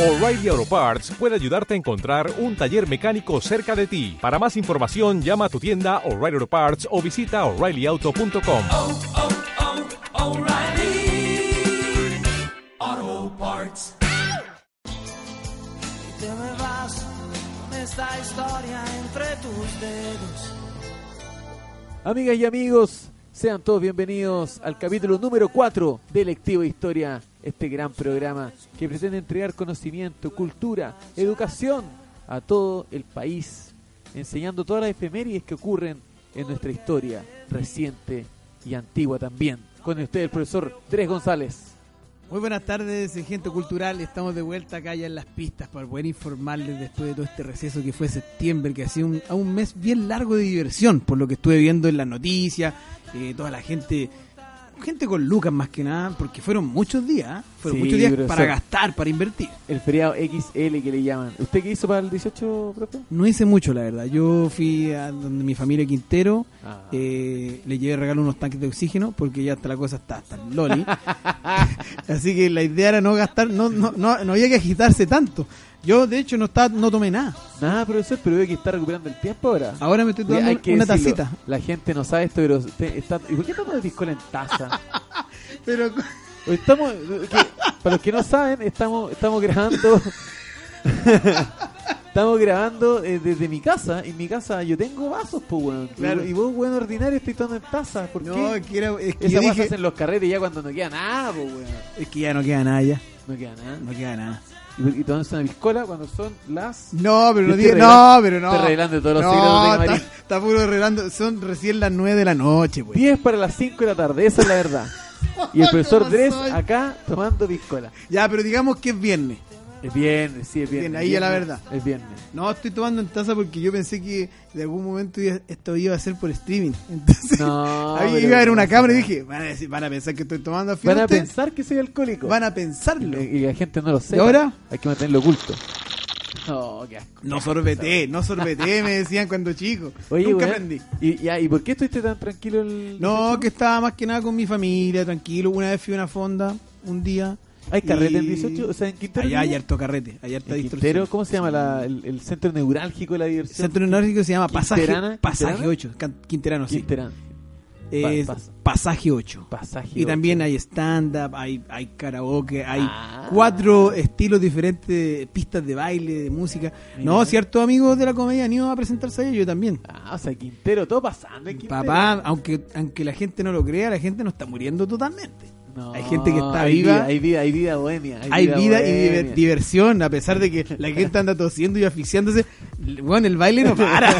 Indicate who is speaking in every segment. Speaker 1: O'Reilly Auto Parts puede ayudarte a encontrar un taller mecánico cerca de ti. Para más información, llama a tu tienda O'Reilly Auto Parts o visita oreillyauto.com.
Speaker 2: oh, oh, O'Reilly. Auto Parts.
Speaker 3: Y te me vas con esta historia entre tus dedos.
Speaker 4: Amigas y amigos, sean todos bienvenidos al capítulo número 4 de Electivo Historia, este gran programa que pretende entregar conocimiento, cultura, educación a todo el país, enseñando todas las efemérides que ocurren en nuestra historia reciente y antigua también. Con usted el profesor Tres González.
Speaker 5: Muy buenas tardes, gente cultural. Estamos de vuelta acá ya en las pistas para poder informarles después de todo este receso que fue septiembre, que ha sido un, a un mes bien largo de diversión, por lo que estuve viendo en las noticias, eh, toda la gente, gente con lucas más que nada, porque fueron muchos días, ¿eh? fueron
Speaker 4: Sí,
Speaker 5: muchos días
Speaker 4: pero
Speaker 5: para
Speaker 4: eso-
Speaker 5: gastar, para invertir.
Speaker 4: El feriado XL que le llaman. ¿Usted qué hizo para el 18, profe?
Speaker 5: No hice mucho, la verdad. Yo fui a donde mi familia Quintero,
Speaker 4: Ah.
Speaker 5: eh, le llevé regalo unos tanques de oxígeno, porque ya hasta la cosa está hasta el loli. Así que la idea era no gastar, no, no, no, no había que agitarse tanto. Yo, de hecho, no estaba, no tomé nada.
Speaker 4: Nada, profesor, pero veo que está recuperando el tiempo ahora.
Speaker 5: Ahora me estoy
Speaker 4: Oye,
Speaker 5: tomando
Speaker 4: hay que
Speaker 5: una
Speaker 4: decirlo,
Speaker 5: tacita.
Speaker 4: La gente no sabe esto, pero usted está, ¿y por qué estamos de piscola en taza?
Speaker 5: Pero,
Speaker 4: Hoy Estamos, que- para los que no saben, estamos, estamos grabando. estamos grabando eh, desde mi casa. En mi casa yo tengo vasos, pues, weón.
Speaker 5: Claro.
Speaker 4: Y vos, weón, ordinario, estoy tomando en taza. ¿Por
Speaker 5: no,
Speaker 4: qué?
Speaker 5: es que, era- es que
Speaker 4: Esa
Speaker 5: yo
Speaker 4: weá se
Speaker 5: dije-
Speaker 4: hace en los carretes ya cuando no queda nada, pues, weón.
Speaker 5: es que ya no queda nada ya.
Speaker 4: No queda nada.
Speaker 5: No queda nada.
Speaker 4: Y, y tomándose una piscola cuando son las.
Speaker 5: No, pero
Speaker 4: Yo
Speaker 5: no
Speaker 4: estoy
Speaker 5: diga,
Speaker 4: revelando-
Speaker 5: no, pero no.
Speaker 4: estoy revelando todos los
Speaker 5: no,
Speaker 4: secretos de Camarín.
Speaker 5: está, está puro revelando. Son recién las 9 de la noche, pues. güey.
Speaker 4: 10 para las 5 de la tarde, esa es la verdad. Y el profesor
Speaker 5: No
Speaker 4: Dres
Speaker 5: soy.
Speaker 4: acá tomando piscola.
Speaker 5: Ya, pero digamos que es viernes.
Speaker 4: Es viernes, sí, es viernes.
Speaker 5: Bien, ahí ya la
Speaker 4: viernes,
Speaker 5: verdad.
Speaker 4: Es viernes.
Speaker 5: No, estoy tomando en taza porque yo pensé que de algún momento iba- esto iba a ser por streaming. Entonces,
Speaker 4: No,
Speaker 5: ahí
Speaker 4: pero
Speaker 5: iba a haber
Speaker 4: no
Speaker 5: una
Speaker 4: sé.
Speaker 5: cámara y dije, van a, decir- van a pensar que estoy tomando
Speaker 4: Van a
Speaker 5: afirte,
Speaker 4: pensar que soy alcohólico.
Speaker 5: Van a pensarlo.
Speaker 4: Y y la gente no lo sepa.
Speaker 5: ahora?
Speaker 4: Hay que mantenerlo oculto. No, qué asco.
Speaker 5: No sorbeté, no sorbeté, me decían cuando chico.
Speaker 4: Oye,
Speaker 5: Nunca
Speaker 4: weón,
Speaker 5: aprendí.
Speaker 4: ¿y, ya, ¿y por qué estuviste tan tranquilo el.?
Speaker 5: No, que estaba más que nada con mi familia, tranquilo. Una vez fui a una fonda, un día.
Speaker 4: ¿Hay carrete en
Speaker 5: y-
Speaker 4: 18? O sea, en Quintero.
Speaker 5: Allá hay
Speaker 4: ¿no?
Speaker 5: harto carrete, hay harta
Speaker 4: ¿En
Speaker 5: distorsión.
Speaker 4: Quintero, ¿cómo se llama la- el, el centro neurálgico de la
Speaker 5: El
Speaker 4: diversión?
Speaker 5: centro neurálgico se llama Pasaje,
Speaker 4: Quinterana,
Speaker 5: pasaje
Speaker 4: Quinterana.
Speaker 5: 8, can- Quinterano, sí.
Speaker 4: Quinterano.
Speaker 5: Es
Speaker 4: Pa- pasa.
Speaker 5: pasaje 8.
Speaker 4: Pasaje.
Speaker 5: Y también hay stand-up, hay, hay karaoke, hay
Speaker 4: Ah.
Speaker 5: cuatro estilos diferentes de pistas de baile, de música. No, ciertos amigos de la comedia han ido a presentarse ahí, yo también.
Speaker 4: Ah, o sea, Quintero, todo pasando en Quintero.
Speaker 5: Papá, aunque, aunque la gente no lo crea, la gente no está muriendo totalmente.
Speaker 4: No,
Speaker 5: hay gente que está
Speaker 4: hay
Speaker 5: viva,
Speaker 4: vida, hay vida, hay vida bohemia.
Speaker 5: hay vida y diver-
Speaker 4: bohemia.
Speaker 5: diversión, a pesar de que la gente anda tosiendo y asfixiándose. Bueno, el baile no para.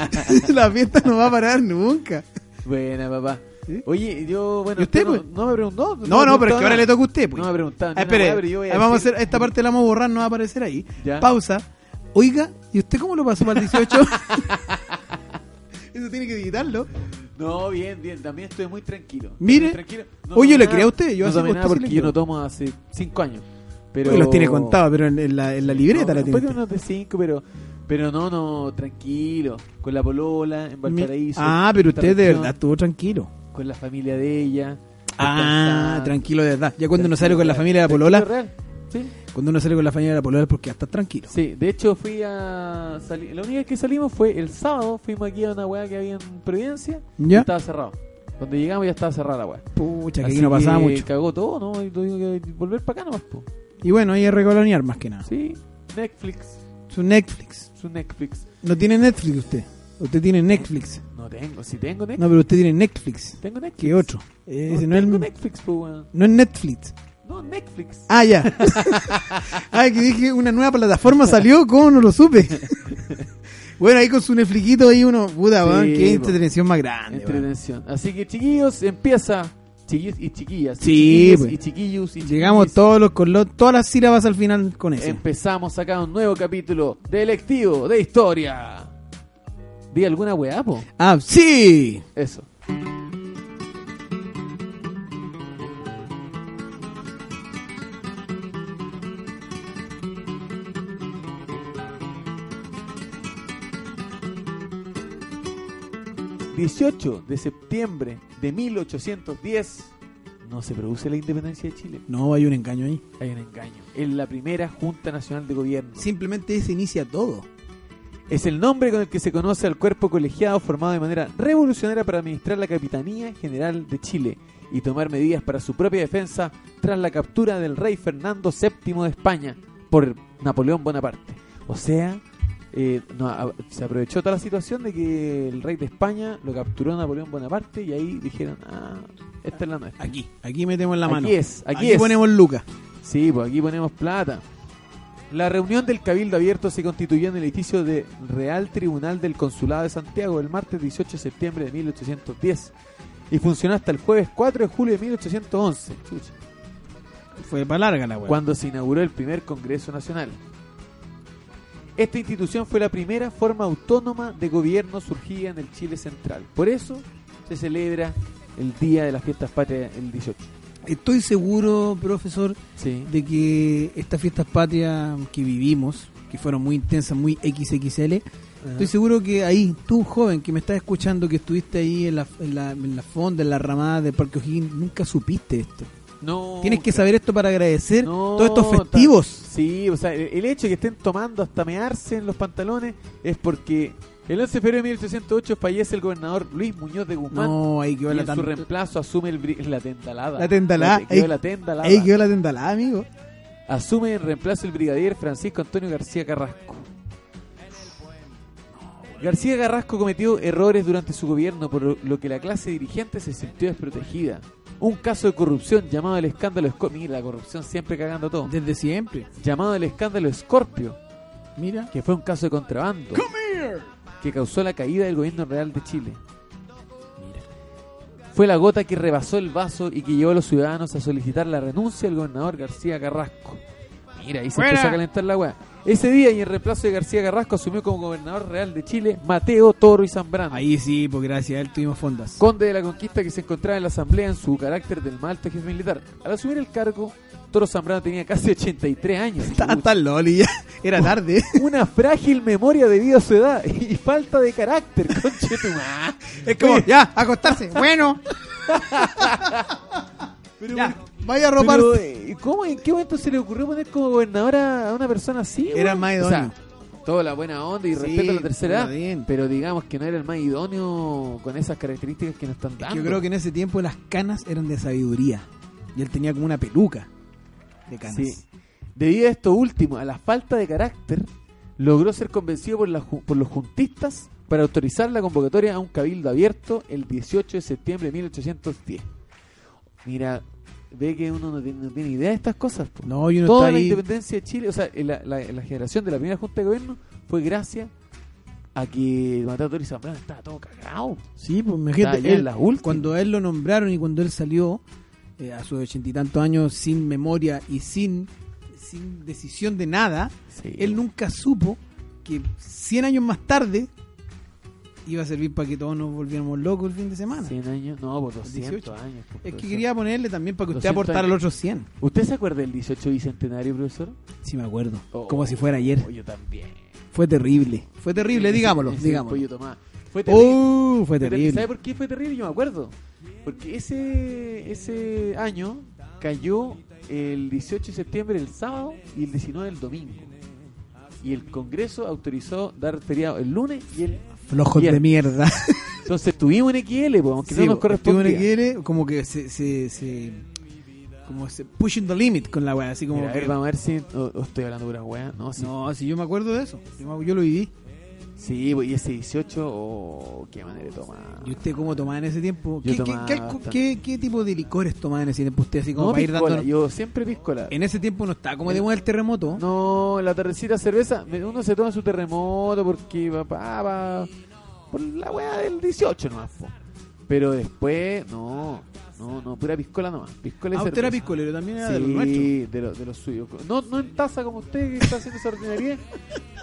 Speaker 5: la fiesta no va a parar nunca.
Speaker 4: Buena, papá.
Speaker 5: ¿Sí?
Speaker 4: Oye, yo, bueno,
Speaker 5: ¿Y usted,
Speaker 4: no,
Speaker 5: pues?
Speaker 4: no me preguntó.
Speaker 5: No, no,
Speaker 4: me
Speaker 5: pero es
Speaker 4: preguntó
Speaker 5: que ahora
Speaker 4: nada.
Speaker 5: le toca a usted. Pues.
Speaker 4: No me preguntaron.
Speaker 5: Ah,
Speaker 4: ni
Speaker 5: espere,
Speaker 4: una weá, pero yo voy
Speaker 5: ahí vamos a
Speaker 4: decir-
Speaker 5: hacer, esta parte la vamos a borrar, no va a aparecer ahí.
Speaker 4: Ya.
Speaker 5: Pausa. Oiga, ¿y usted cómo lo pasó para el 18? Eso tiene que digitarlo.
Speaker 4: No, bien, bien. También estoy muy tranquilo.
Speaker 5: Mire.
Speaker 4: Muy tranquilo.
Speaker 5: Oye,
Speaker 4: tomé
Speaker 5: ¿le
Speaker 4: nada.
Speaker 5: creía a usted? Yo
Speaker 4: no
Speaker 5: hace
Speaker 4: tomé nada
Speaker 5: poco sí
Speaker 4: porque
Speaker 5: le
Speaker 4: yo
Speaker 5: creo.
Speaker 4: no tomo hace cinco años. Pero...
Speaker 5: Oye, los tiene contados, pero en, en la, en la
Speaker 4: No,
Speaker 5: libreta la tiene.
Speaker 4: después de unos de cinco, pero... Pero no, no, tranquilo. Con la polola, en Valparaíso.
Speaker 5: Ah, pero
Speaker 4: esta
Speaker 5: usted de
Speaker 4: cuestión,
Speaker 5: verdad estuvo tranquilo.
Speaker 4: Con la familia de ella.
Speaker 5: Ah,
Speaker 4: descansando.
Speaker 5: tranquilo de verdad. Ya cuando uno sale con la
Speaker 4: Tranquilo,
Speaker 5: familia de la
Speaker 4: tranquilo,
Speaker 5: Polola,
Speaker 4: real. Sí.
Speaker 5: cuando uno sale con la familia de la Polola es porque ya está tranquilo.
Speaker 4: Sí, de hecho fui a salir. La única vez que salimos fue el sábado. Fuimos aquí a una weá que había en Providencia.
Speaker 5: ¿Ya?
Speaker 4: Y estaba cerrado. Cuando llegamos ya estaba cerrada la weá.
Speaker 5: Pucha, que
Speaker 4: Así
Speaker 5: aquí no pasaba
Speaker 4: que
Speaker 5: mucho.
Speaker 4: Cagó todo, ¿no? Y tuvimos que volver para acá nomás, po.
Speaker 5: Y bueno, ahí es recoloniar más que nada.
Speaker 4: Sí, Netflix.
Speaker 5: Su Netflix.
Speaker 4: Su Netflix.
Speaker 5: No tiene Netflix usted. Usted tiene Netflix.
Speaker 4: No tengo, si tengo Netflix.
Speaker 5: No, pero usted tiene Netflix.
Speaker 4: Tengo Netflix.
Speaker 5: ¿Qué otro?
Speaker 4: No,
Speaker 5: Ese no, es el-
Speaker 4: Eh, tengo Netflix, po, weón.
Speaker 5: no es Netflix.
Speaker 4: No, Netflix.
Speaker 5: Ah, ya. ah, que dije, una nueva plataforma salió, ¿cómo no lo supe? bueno, ahí con su Netflixito ahí uno, puta,
Speaker 4: Sí,
Speaker 5: weón, qué
Speaker 4: po.
Speaker 5: entretención más grande. weón.
Speaker 4: Entretención. Así que, chiquillos, empieza. Chiquillos y chiquillas. y
Speaker 5: Sí,
Speaker 4: chiquillos
Speaker 5: pues.
Speaker 4: y chiquillos y
Speaker 5: Llegamos
Speaker 4: chiquillis.
Speaker 5: todos los con los- todas las sílabas al final con eso.
Speaker 4: Empezamos acá un nuevo capítulo de Electivo de Historia. Di alguna weá, po.
Speaker 5: Ah, sí.
Speaker 4: Eso. ...18 de septiembre de 1810... no se produce la independencia de Chile.
Speaker 5: No, hay un engaño ahí.
Speaker 4: Hay un engaño. Es la primera Junta Nacional de Gobierno.
Speaker 5: Simplemente se inicia todo.
Speaker 4: Es el nombre con el que se conoce al cuerpo colegiado formado de manera revolucionaria para administrar la Capitanía General de Chile y tomar medidas para su propia defensa tras la captura del rey Fernando VII de España por Napoleón Bonaparte. O sea, eh, no, a- se aprovechó toda la situación de que el rey de España lo capturó a Napoleón Bonaparte y ahí dijeron, ah, esta es la nuestra.
Speaker 5: Aquí, aquí metemos la
Speaker 4: Aquí
Speaker 5: mano.
Speaker 4: es, aquí es.
Speaker 5: ponemos Lucas.
Speaker 4: Sí, pues aquí ponemos plata. La reunión del Cabildo Abierto se constituyó en el edificio de Real Tribunal del Consulado de Santiago el martes 18 de septiembre de 1810 y funcionó hasta el jueves 4 de julio de 1811, chucha,
Speaker 5: Fue para larga la weá.
Speaker 4: cuando se inauguró el primer Congreso Nacional. Esta institución fue la primera forma autónoma de gobierno surgida en el Chile central. Por eso se celebra el Día de las Fiestas Patrias el 18.
Speaker 5: Estoy seguro, profesor,
Speaker 4: Sí.
Speaker 5: de que estas fiestas patrias que vivimos, que fueron muy intensas, muy XXL, estoy seguro que ahí, tú joven que me estás escuchando, que estuviste ahí en la, en la, en la fonda, en la ramada del Parque O'Higgins, nunca supiste esto.
Speaker 4: No,
Speaker 5: Tienes que
Speaker 4: claro.
Speaker 5: saber esto para agradecer
Speaker 4: No,
Speaker 5: todos estos
Speaker 4: ta-
Speaker 5: festivos.
Speaker 4: Sí, o sea, e-, el, el hecho de que estén tomando hasta mearse en los pantalones es porque el 11 de febrero de 1808 fallece el gobernador Luis Muñoz de Guzmán.
Speaker 5: No, ahí
Speaker 4: y
Speaker 5: quedó la
Speaker 4: en su
Speaker 5: tan-
Speaker 4: reemplazo asume el, bri- la tendalada.
Speaker 5: La tendalada,
Speaker 4: Quedó
Speaker 5: ey,
Speaker 4: la tendalada.
Speaker 5: Ahí quedó la tendalada, amigo.
Speaker 4: Asume en reemplazo el brigadier Francisco Antonio García Carrasco. García Carrasco cometió errores durante su gobierno por lo- lo que la clase dirigente se sintió desprotegida. Un caso de corrupción llamado el escándalo Escorpio. Mira, la corrupción siempre cagando todo.
Speaker 5: Desde siempre.
Speaker 4: Llamado el escándalo Escorpio,
Speaker 5: Mira.
Speaker 4: que fue un caso de contrabando que causó la caída del gobierno real de Chile. Fue la gota que rebasó el vaso y que llevó a los ciudadanos a solicitar la renuncia del gobernador García Carrasco. Mira, ahí se empezó a calentar la weá. Ese día y en reemplazo de García Carrasco asumió como gobernador real de Chile Mateo Toro y Zambrano.
Speaker 5: Ahí sí, porque gracias a él tuvimos fondas.
Speaker 4: Conde de la Conquista que se encontraba en la asamblea en su carácter del más alto jefe militar. Al asumir el cargo, Toro Zambrano tenía casi 83 años.
Speaker 5: Está, está loli ya. Era tarde.
Speaker 4: una frágil memoria debido a su edad y falta de carácter, conchetumá.
Speaker 5: Es como, ya, acostarse. Bueno. ya, vaya a ropar.
Speaker 4: Pero, eh, ¿cómo, ¿En qué momento se le ocurrió poner como gobernadora a una persona así?
Speaker 5: Era
Speaker 4: weón?
Speaker 5: más
Speaker 4: O sea,
Speaker 5: idóneo.
Speaker 4: toda la buena onda y
Speaker 5: Sí,
Speaker 4: respeto a la tercera edad,
Speaker 5: está bien.
Speaker 4: pero digamos que no era el más idóneo con esas características que nos están dando.
Speaker 5: Yo creo que en ese tiempo las canas eran de sabiduría. Y él tenía como una peluca de canas.
Speaker 4: Sí. Debido a esto último, a la falta de carácter, logró ser convencido por, la ju- por los juntistas para autorizar la convocatoria a un cabildo abierto el 18 de septiembre de 1810. Mira, ve que uno no tiene, no tiene idea de estas cosas. po.
Speaker 5: No, yo no
Speaker 4: Toda
Speaker 5: estaba
Speaker 4: la
Speaker 5: ahí.
Speaker 4: independencia de Chile, o sea, la, la- la generación de la primera junta de gobierno fue gracias a que Matador y Zambrano estaba todo cagado.
Speaker 5: Sí, pues
Speaker 4: Estaba
Speaker 5: imagínate.
Speaker 4: ya en
Speaker 5: él-
Speaker 4: las últimas.
Speaker 5: cuando a él lo nombraron y cuando él salió eh, a sus ochenta y tantos años sin memoria y sin, sin decisión de nada,
Speaker 4: Sí.
Speaker 5: él nunca supo que 100 años más tarde iba a servir para que todos nos volviéramos locos el fin de semana.
Speaker 4: 100 años, no, por 200
Speaker 5: 18.
Speaker 4: años. po,
Speaker 5: Es que
Speaker 4: profesor.
Speaker 5: quería ponerle también para que usted
Speaker 4: 200
Speaker 5: aportara
Speaker 4: años.
Speaker 5: los otros 100.
Speaker 4: ¿Usted se acuerda del 18 bicentenario, profesor?
Speaker 5: Sí, me acuerdo.
Speaker 4: Oh.
Speaker 5: Como si fuera ayer.
Speaker 4: Oh, yo también.
Speaker 5: Fue terrible. Fue terrible,
Speaker 4: Ese-
Speaker 5: digámoslo.
Speaker 4: ese
Speaker 5: digámoslo.
Speaker 4: pollo tomá. Fue terrible.
Speaker 5: Uh, fue
Speaker 4: Fue terrible. ¿Sabe
Speaker 5: terrible.
Speaker 4: por qué fue terrible? Yo me acuerdo. Porque ese, ese año cayó el 18 de septiembre el sábado y el 19 el domingo. Y el Congreso autorizó dar feriado el lunes y el...
Speaker 5: Flojos
Speaker 4: Bien.
Speaker 5: de mierda.
Speaker 4: Entonces tuvimos un XL, pues, aunque no nos correspondía.
Speaker 5: Stephen Aguirre, como que se, se, se- Como se. Pushing the limit con la wea. Así como
Speaker 4: Mira, a
Speaker 5: que.
Speaker 4: ver, vamos a ver si... o- o estoy hablando pura weá. No, sí.
Speaker 5: No, si yo me acuerdo de eso. Yo, me- yo lo viví.
Speaker 4: Sí, pues, y ese 18, oh, qué manera de tomar.
Speaker 5: ¿Y usted cómo tomaba en ese tiempo?
Speaker 4: Yo
Speaker 5: ¿Qué, qué,
Speaker 4: tomaba
Speaker 5: qué,
Speaker 4: bastante.
Speaker 5: qué- qué tipo de licores tomaba en ese tiempo usted? Así como
Speaker 4: No,
Speaker 5: para ir
Speaker 4: piscola,
Speaker 5: dando.
Speaker 4: yo siempre piscola.
Speaker 5: En ese tiempo no estaba como
Speaker 4: En-
Speaker 5: dimos el terremoto.
Speaker 4: No, la tardecita cerveza, me- uno se toma su terremoto porque papá va por la weá del 18 nomás. po. Pero después, no, no, no, pura piscola nomás. Piscola y
Speaker 5: Ah, usted era
Speaker 4: cerveza.
Speaker 5: piscolero también, era de los nuestros.
Speaker 4: Sí, de, lo- de los suyos. No, no en taza como usted que está haciendo esa ordinaria,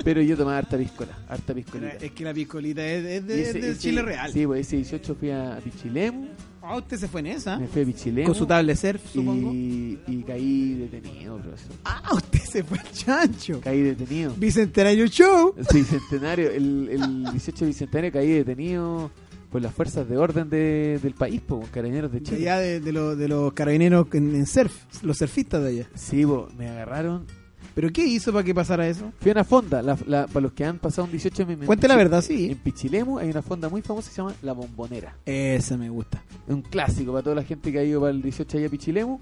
Speaker 4: pero yo tomaba harta piscola, harta
Speaker 5: Era-
Speaker 4: piscolita.
Speaker 5: Es que la piscolita es, es de,
Speaker 4: Y ese-
Speaker 5: es de
Speaker 4: ese-
Speaker 5: Chile real.
Speaker 4: Sí, pues ese 18 fui a Pichilemu,
Speaker 5: Ah, usted se fue en esa.
Speaker 4: me fui a Pichilemu.
Speaker 5: Con su tablet surf, supongo.
Speaker 4: y, y caí detenido, profesor.
Speaker 5: Ah, usted se fue al chancho.
Speaker 4: Caí detenido.
Speaker 5: Bicentenario Show.
Speaker 4: El bicentenario, el, el 18 bicentenario caí detenido por las fuerzas de orden de- del país, po, carabineros de
Speaker 5: De
Speaker 4: Chile.
Speaker 5: allá de, de lo- de los carabineros en, en surf, los surfistas de allá.
Speaker 4: Sí, po, me agarraron.
Speaker 5: ¿Pero qué hizo para que pasara eso?
Speaker 4: Fui a una fonda, la- la- para los que han pasado un 18 meses.
Speaker 5: Cuente la verdad, sí.
Speaker 4: En Pichilemu hay una fonda muy famosa que se llama La Bombonera.
Speaker 5: Esa me gusta.
Speaker 4: Es un clásico para toda la gente que ha ido para el 18 allá a Pichilemu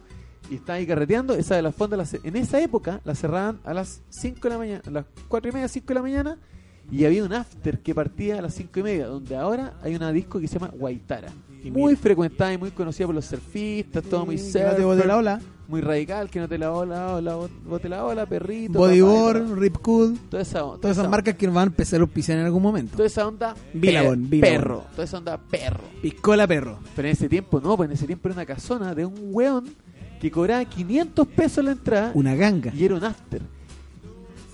Speaker 4: y está ahí carreteando. Esa de las fondas, la ce- en esa época la cerraban a las 5 de la mañana, a las 4 y media, 5 de la mañana y había un after que partía a las 5 y media, donde ahora hay una disco que se llama Guaitara. Muy frecuentada y muy conocida por los surfistas, todo muy
Speaker 5: Que no te
Speaker 4: surfer,
Speaker 5: bote la ola.
Speaker 4: muy radical, que no te la ola, ola, bote la ola, perrito, papá,
Speaker 5: Bodyboard, Rip Cool.
Speaker 4: toda esa, toda
Speaker 5: Todas
Speaker 4: esa-
Speaker 5: esas marcas que nos van a empezar a auspiciar en algún momento.
Speaker 4: toda esa onda
Speaker 5: Billabong,
Speaker 4: per-
Speaker 5: Billabong.
Speaker 4: perro, toda esa onda perro.
Speaker 5: Piscola perro.
Speaker 4: Pero en ese tiempo no, pues en ese tiempo era una casona de un weón que cobraba 500 pesos la entrada
Speaker 5: Una ganga.
Speaker 4: y era un after.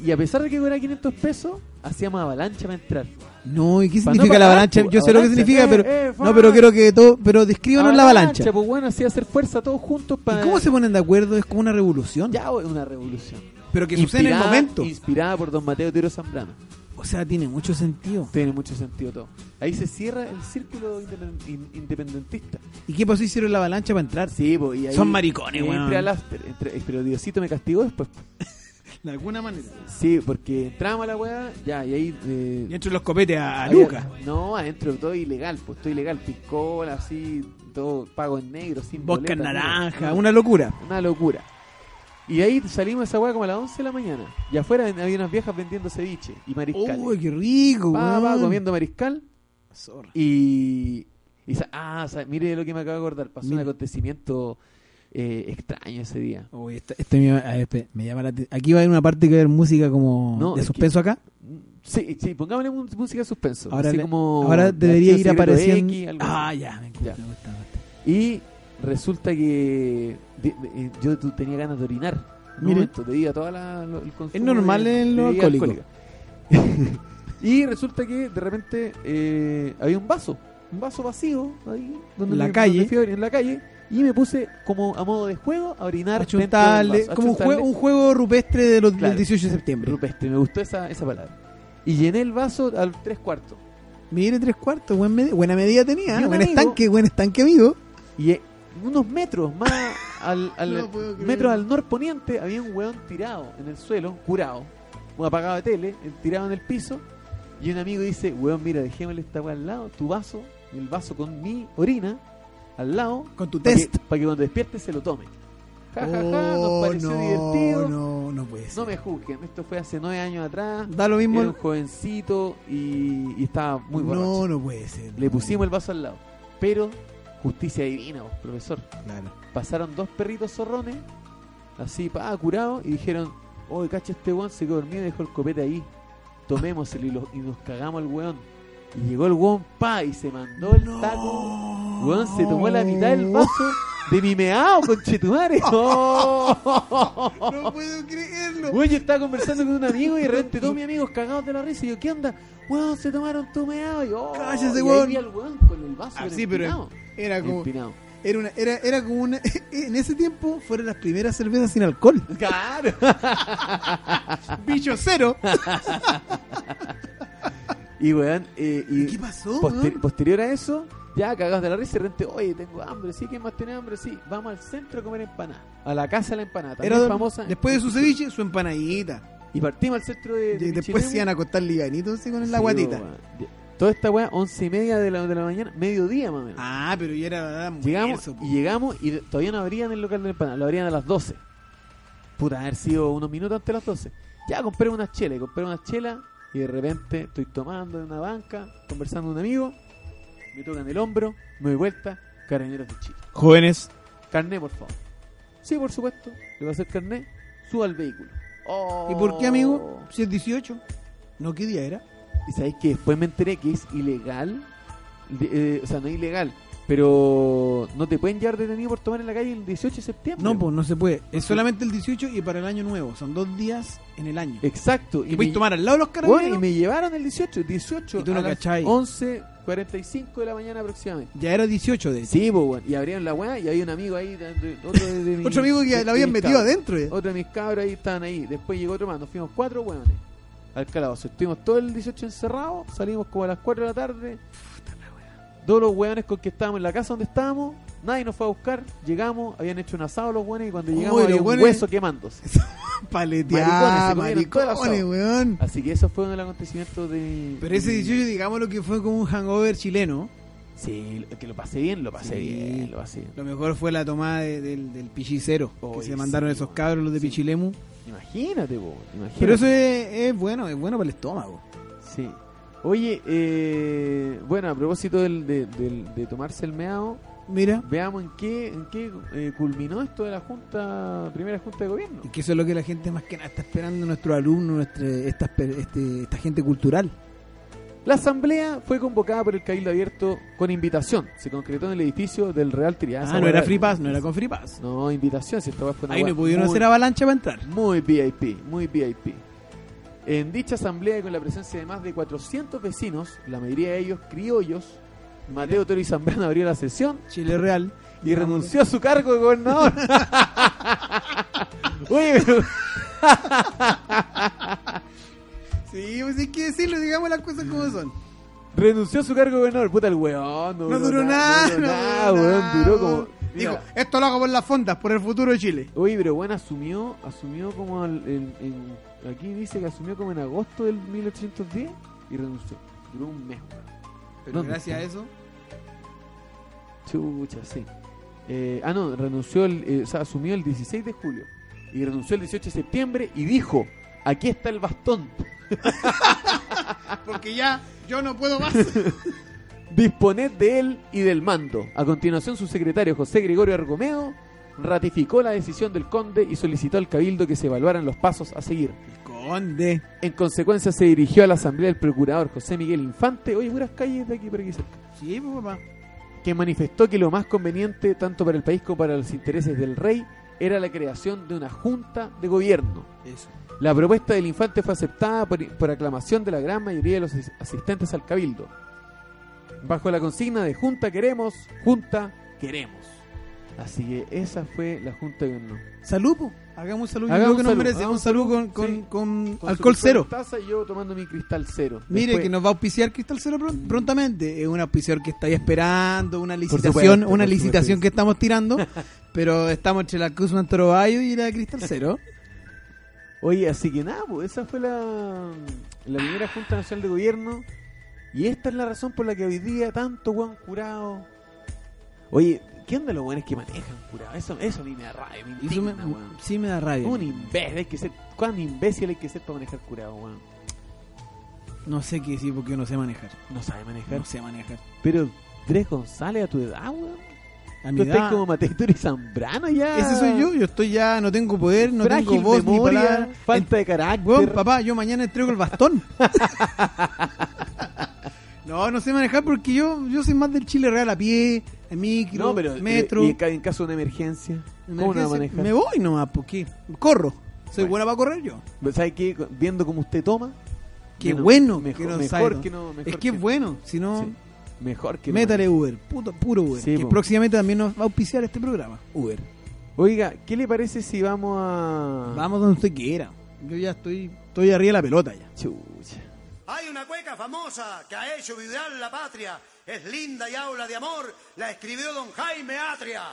Speaker 4: Y a pesar de que cobraba 500 pesos, hacíamos avalancha para entrar.
Speaker 5: No, ¿y qué
Speaker 4: Pa' no
Speaker 5: significa la
Speaker 4: pagar,
Speaker 5: avalancha?
Speaker 4: po,
Speaker 5: Yo sé lo que
Speaker 4: avalancha.
Speaker 5: significa,
Speaker 4: Eh,
Speaker 5: pero.
Speaker 4: eh,
Speaker 5: no, pero quiero que todo. Pero descríbanos la avalancha.
Speaker 4: Pues bueno, así hacer fuerza todos juntos para...
Speaker 5: ¿Y cómo se ponen de acuerdo? Es como una revolución.
Speaker 4: Ya, weón, una revolución.
Speaker 5: Pero que sucede en el momento.
Speaker 4: Inspirada por don Mateo Tiro Zambrano.
Speaker 5: O sea, tiene mucho sentido.
Speaker 4: Tiene mucho sentido todo. Ahí se cierra el círculo independen- in- independentista.
Speaker 5: ¿Y qué pasó? Hicieron la avalancha para entrar.
Speaker 4: Sí, pues, y ahí...
Speaker 5: Son maricones,
Speaker 4: y ahí
Speaker 5: weón.
Speaker 4: entré al after. entré- pero Diosito me castigó después.
Speaker 5: De alguna manera.
Speaker 4: Sí, porque entramos a la weá, ya, y ahí... eh,
Speaker 5: Y entro los copetes a, a
Speaker 4: Había-
Speaker 5: Luca.
Speaker 4: No, adentro todo ilegal, pues todo ilegal, piscola, así, todo pago en negro, sin
Speaker 5: Bosca en
Speaker 4: boleta,
Speaker 5: naranja,
Speaker 4: nada.
Speaker 5: una locura.
Speaker 4: Una locura. Y ahí salimos de esa weá como a las 11 de la mañana. Y afuera ven- había unas viejas vendiendo ceviche y mariscal.
Speaker 5: Uy, qué rico,
Speaker 4: Pa, pa,
Speaker 5: weón.
Speaker 4: comiendo mariscal
Speaker 5: Zorra.
Speaker 4: y... y sa- ah, sa- mire lo que me acabo de acordar. Pasó
Speaker 5: Mira.
Speaker 4: un acontecimiento eh, extraño ese día.
Speaker 5: Uy, esto, esto me, llama- a ver, espera, me llama la atención. Aquí va a haber una parte que va a haber música como
Speaker 4: No,
Speaker 5: de
Speaker 4: es que-
Speaker 5: suspenso acá.
Speaker 4: Sí, sí, pongámosle mu- música de suspenso.
Speaker 5: Ahora,
Speaker 4: así
Speaker 5: le-
Speaker 4: como
Speaker 5: ahora debería
Speaker 4: Archivo
Speaker 5: ir
Speaker 4: Secreto
Speaker 5: apareciendo.
Speaker 4: X, algo
Speaker 5: ah,
Speaker 4: así.
Speaker 5: ya, me gusta,
Speaker 4: Ya.
Speaker 5: me gusta, me gusta.
Speaker 4: Y resulta que de- de- eh, yo tu- tenía ganas de orinar. En un
Speaker 5: Mire.
Speaker 4: momento, debido a toda la, lo- el consumo
Speaker 5: normal
Speaker 4: de-
Speaker 5: en
Speaker 4: de
Speaker 5: lo
Speaker 4: bebida
Speaker 5: alcohólico.
Speaker 4: alcohólica. y resulta que de repente eh, había un vaso, un vaso vacío ahí, donde
Speaker 5: En la
Speaker 4: me-
Speaker 5: calle.
Speaker 4: donde fui a orin- en la calle, y me puse como a modo de juego a orinar. dentro del
Speaker 5: Achuntarle,
Speaker 4: vaso,
Speaker 5: como un
Speaker 4: achuntarle.
Speaker 5: juego, un juego rupestre de los,
Speaker 4: Claro.
Speaker 5: del 18 de septiembre.
Speaker 4: rupestre, me gustó esa, esa palabra. Y llené el vaso al tres cuartos.
Speaker 5: Mire, tres cuartos, buen med- buena medida tenía.
Speaker 4: Y un
Speaker 5: Buen
Speaker 4: amigo-
Speaker 5: estanque, buen estanque amigo.
Speaker 4: Y eh, unos metros más al, al-
Speaker 5: No puedo creer.
Speaker 4: metros al norponiente había un weón tirado en el suelo, curado, un apagado de tele, eh, tirado en el piso. Y un amigo dice, weón, mira, dejémosle esta weá al lado, tu vaso, el vaso con mi orina, al lado,
Speaker 5: Con tu
Speaker 4: para que,
Speaker 5: test.
Speaker 4: pa' que cuando despierte se lo tome. Ja, ja, ja,
Speaker 5: Oh,
Speaker 4: nos pareció
Speaker 5: no,
Speaker 4: divertido. No,
Speaker 5: No, no puede ser.
Speaker 4: me juzguen, esto fue hace nueve años atrás,
Speaker 5: Da lo mismo.
Speaker 4: era un jovencito y, y estaba muy borracho.
Speaker 5: no, no puede ser.
Speaker 4: Le pusimos el vaso al lado. Pero, justicia divina, vos, profesor
Speaker 5: Claro.
Speaker 4: pasaron dos perritos zorrones, así, pa, ah, curados, y dijeron, oye, cacha, este weón se quedó dormido y dejó el copete ahí, tomémoselo y, lo- y nos cagamos al weón. Y llegó el weón, pa, y se mandó el taco. Weón se tomó la mitad del vaso de mi meao, conchetumare. ¡Oh!
Speaker 5: No puedo creerlo.
Speaker 4: Weón, yo estaba conversando con un amigo y de repente todos mis amigos cagados de la risa. Y yo, ¿qué onda? Weón, se tomaron tu meao. Y, oh,
Speaker 5: Cállese,
Speaker 4: y ahí
Speaker 5: weón.
Speaker 4: vi al weón con el vaso.
Speaker 5: Ah,
Speaker 4: pero
Speaker 5: sí, pero-
Speaker 4: empinado,
Speaker 5: Era como.
Speaker 4: empinado.
Speaker 5: Era, una, era, era como una. En ese tiempo fueron las primeras cervezas sin alcohol.
Speaker 4: Claro.
Speaker 5: Bicho cero.
Speaker 4: Y weón, eh, y
Speaker 5: ¿Qué pasó?
Speaker 4: Poster-
Speaker 5: weón?
Speaker 4: posterior a eso, ya cagados de la risa, de repente, oye, tengo hambre, sí, ¿quién más tiene hambre? Sí, vamos al centro a comer empanada. A la casa de la empanada, también
Speaker 5: Era
Speaker 4: famosa.
Speaker 5: Después de su ceviche, su empanadita.
Speaker 4: Y partimos al centro de.
Speaker 5: Y
Speaker 4: de
Speaker 5: después
Speaker 4: Michilemu.
Speaker 5: se iban a acostar liganitos así con
Speaker 4: Sí,
Speaker 5: la guatita.
Speaker 4: weón. Toda esta weá, once y media de la, de la mañana, mediodía más o menos.
Speaker 5: Ah, pero ya era la edad
Speaker 4: llegamos,
Speaker 5: mujer,
Speaker 4: y llegamos y todavía no abrían el local de la empanada, lo abrían a las 12. Puta, haber sido unos minutos antes de las 12. Ya compré unas chelas, y compré unas chelas y de repente estoy tomando en una banca, conversando con un amigo, me tocan el hombro, me doy vuelta, carabineros de Chile.
Speaker 5: Jóvenes.
Speaker 4: Carné, por favor. Sí, por supuesto. Le va a hacer carné. Suba al vehículo. Oh.
Speaker 5: ¿Y por qué, amigo? Si es 18. No, ¿qué día era?
Speaker 4: Y sabéis que después me enteré que es ilegal. de- eh, o sea, no es ilegal. Pero no te pueden llevar detenido por tomar en la calle el 18 de septiembre.
Speaker 5: No, pues no se puede. Es solamente el 18 y para el año nuevo. Son dos días en el año.
Speaker 4: Exacto.
Speaker 5: Y puedes
Speaker 4: me-
Speaker 5: tomar al lado de los
Speaker 4: Bueno,
Speaker 5: carabineros.
Speaker 4: y me llevaron el 18. 18
Speaker 5: Y tú no
Speaker 4: a las
Speaker 5: cachai.
Speaker 4: 11.45 de la mañana aproximadamente.
Speaker 5: Ya era 18 de
Speaker 4: Sí, pues, bueno. Y abrieron la weá y había un amigo ahí. de- de- otro, de, de mi-
Speaker 5: Otro amigo
Speaker 4: de-
Speaker 5: que
Speaker 4: de
Speaker 5: lo habían
Speaker 4: mis
Speaker 5: metido
Speaker 4: cabros.
Speaker 5: adentro. eh. ya.
Speaker 4: Otro de mis cabros ahí estaban ahí. Después llegó otro más. Nos fuimos cuatro hueones al calabozo. Estuvimos todo el 18 encerrados. Salimos como a las 4 de la tarde. todos los hueones con que estábamos en la casa donde estábamos, nadie nos fue a buscar, llegamos, habían hecho un asado los hueones y cuando llegamos
Speaker 5: Uy, los
Speaker 4: había un
Speaker 5: hueones-
Speaker 4: hueso quemándose. Maricones, se comieron
Speaker 5: Paleteada,
Speaker 4: todo el
Speaker 5: maricones,
Speaker 4: asado.
Speaker 5: weón.
Speaker 4: Así que eso fue uno de los acontecimientos de...
Speaker 5: Pero ese
Speaker 4: de-
Speaker 5: 18, digamos lo que fue como un hangover chileno.
Speaker 4: Sí, lo- que lo pasé bien, lo pasé
Speaker 5: Sí.
Speaker 4: bien, lo pasé bien.
Speaker 5: Lo mejor fue la tomada de- del, del pichicero que
Speaker 4: Oye,
Speaker 5: se mandaron
Speaker 4: sí,
Speaker 5: esos
Speaker 4: weón.
Speaker 5: cabros los de
Speaker 4: Sí.
Speaker 5: Pichilemu.
Speaker 4: Imagínate, po, imagínate.
Speaker 5: Pero eso es, es bueno, es bueno para el estómago.
Speaker 4: Sí. Oye, eh, bueno, a propósito del- de, del- de tomarse el meado,
Speaker 5: Mira,
Speaker 4: veamos en qué, en qué eh, culminó esto de la junta, primera junta de gobierno.
Speaker 5: y que eso es lo que la gente más que nada está esperando, nuestros alumnos, nuestra, esta, este, esta gente cultural.
Speaker 4: La asamblea fue convocada por el Cabildo Abierto con invitación. Se concretó en el edificio del Real Triana.
Speaker 5: Ah, no era Free Pass, no era con Free Pass.
Speaker 4: No, invitación, si esta weá fue una
Speaker 5: Ahí
Speaker 4: weá
Speaker 5: no pudieron
Speaker 4: muy-
Speaker 5: hacer avalancha para entrar.
Speaker 4: Muy VIP, muy VIP. En dicha asamblea y con la presencia de más de 400 vecinos, la mayoría de ellos criollos, Mateo Toro y Zambrano abrió la sesión
Speaker 5: Chile Real.
Speaker 4: y renunció a su cargo de gobernador. Oye, pero-
Speaker 5: Sí, pues hay que decirlo, digamos las cosas como son.
Speaker 4: renunció a su cargo de gobernador. Puta el weón,
Speaker 5: No duró nada,
Speaker 4: No duró nada, weón, duró como.
Speaker 5: Dijo,
Speaker 4: Mira,
Speaker 5: esto lo hago por las fondas, por el futuro de Chile.
Speaker 4: Oye, pero bueno, asumió, asumió como al- en- en- aquí dice que asumió como en agosto del 1810 y renunció. Duró un mes. weón.
Speaker 5: Pero
Speaker 4: ¿Dónde
Speaker 5: gracias a
Speaker 4: está?
Speaker 5: eso,
Speaker 4: Chucha, sí. Eh, ah, no, renunció, el, eh, o sea, asumió el 16 de julio y renunció el 18 de septiembre y dijo, aquí está el bastón,
Speaker 5: porque ya yo no puedo más.
Speaker 4: disponed de él y del mando. A continuación, su secretario José Gregorio Argomedo ratificó la decisión del conde y solicitó al cabildo que se evaluaran los pasos a seguir.
Speaker 5: El conde.
Speaker 4: En consecuencia, se dirigió a la asamblea del procurador José Miguel Infante, oye, puras calles de aquí por aquí cerca,
Speaker 5: Sí, pues, papá.
Speaker 4: que manifestó que lo más conveniente, tanto para el país como para los intereses del rey, era la creación de una junta de gobierno.
Speaker 5: Eso.
Speaker 4: La propuesta del infante fue aceptada por, por aclamación de la gran mayoría de los as- asistentes al cabildo. Bajo la consigna de Junta queremos, Junta queremos. Así que esa fue la Junta de Gobierno.
Speaker 5: Salud, po. Hagamos un saludo. Yo
Speaker 4: Hagamos
Speaker 5: creo que nos
Speaker 4: salud,
Speaker 5: merecemos un
Speaker 4: hagamos
Speaker 5: saludo con, con,
Speaker 4: sí.
Speaker 5: con
Speaker 4: Con
Speaker 5: alcohol
Speaker 4: su
Speaker 5: cero.
Speaker 4: Taza y yo tomando mi cristal cero.
Speaker 5: Mire,
Speaker 4: Después-
Speaker 5: que nos va a auspiciar Cristal Cero pron- prontamente. Es un auspiciador que está ahí esperando, una licitación,
Speaker 4: supuesto,
Speaker 5: una
Speaker 4: por
Speaker 5: licitación
Speaker 4: supuesto.
Speaker 5: que estamos tirando. pero estamos entre la Guzmán Torobayo y la de Cristal Cero.
Speaker 4: Oye, así que nada, pues, esa fue la, la primera Junta Nacional de Gobierno. Y esta es la razón por la que hoy día tanto buen curado. Oye, ¿qué onda los buenos que manejan curado? Eso, eso a mí me da rabia, me
Speaker 5: Y eso me-
Speaker 4: indigna, weón.
Speaker 5: sí me da rabia.
Speaker 4: Un imbécil, hay que ser. ¿Cuán imbécil hay que ser para manejar curado, weón?
Speaker 5: No sé qué decir porque yo no sé manejar.
Speaker 4: No sabe manejar.
Speaker 5: No sé manejar.
Speaker 4: Pero, Tres González a tu edad, weón.
Speaker 5: A mi
Speaker 4: Tú estás
Speaker 5: edad-
Speaker 4: como Mateo y Zambrano ya.
Speaker 5: Ese soy yo, yo estoy ya, no tengo poder, no
Speaker 4: Frágil
Speaker 5: tengo voz
Speaker 4: memoria,
Speaker 5: ni palabra.
Speaker 4: falta de carácter.
Speaker 5: Weón, papá, yo mañana entrego el bastón. no, no sé manejar porque yo, yo soy más del Chile real a pie, en micro,
Speaker 4: no, pero. eh,
Speaker 5: metro.
Speaker 4: Y en, ca- en caso de una emergencia, ¿cómo no va a
Speaker 5: emergencia.
Speaker 4: manejar?
Speaker 5: me voy nomás, porque corro. Soy
Speaker 4: Bueno.
Speaker 5: buena para correr yo.
Speaker 4: Pero, ¿Sabes qué? Viendo cómo usted toma.
Speaker 5: Qué
Speaker 4: menos-
Speaker 5: bueno,
Speaker 4: Mejor,
Speaker 5: que no
Speaker 4: mejor
Speaker 5: salgo.
Speaker 4: que no. Mejor
Speaker 5: es que es bueno, si no,
Speaker 4: Sí, Mejor que no.
Speaker 5: métale Uber, puto, puro Uber.
Speaker 4: Sí,
Speaker 5: que
Speaker 4: po.
Speaker 5: próximamente también nos va a auspiciar este programa. Uber.
Speaker 4: Oiga, ¿qué le parece si vamos a.
Speaker 5: Vamos donde usted quiera. Yo ya estoy, estoy arriba de la pelota ya.
Speaker 4: Chucha.
Speaker 6: Hay una cueca famosa que ha hecho vibrar la patria. Es linda y habla de amor. La escribió don Jaime Atria.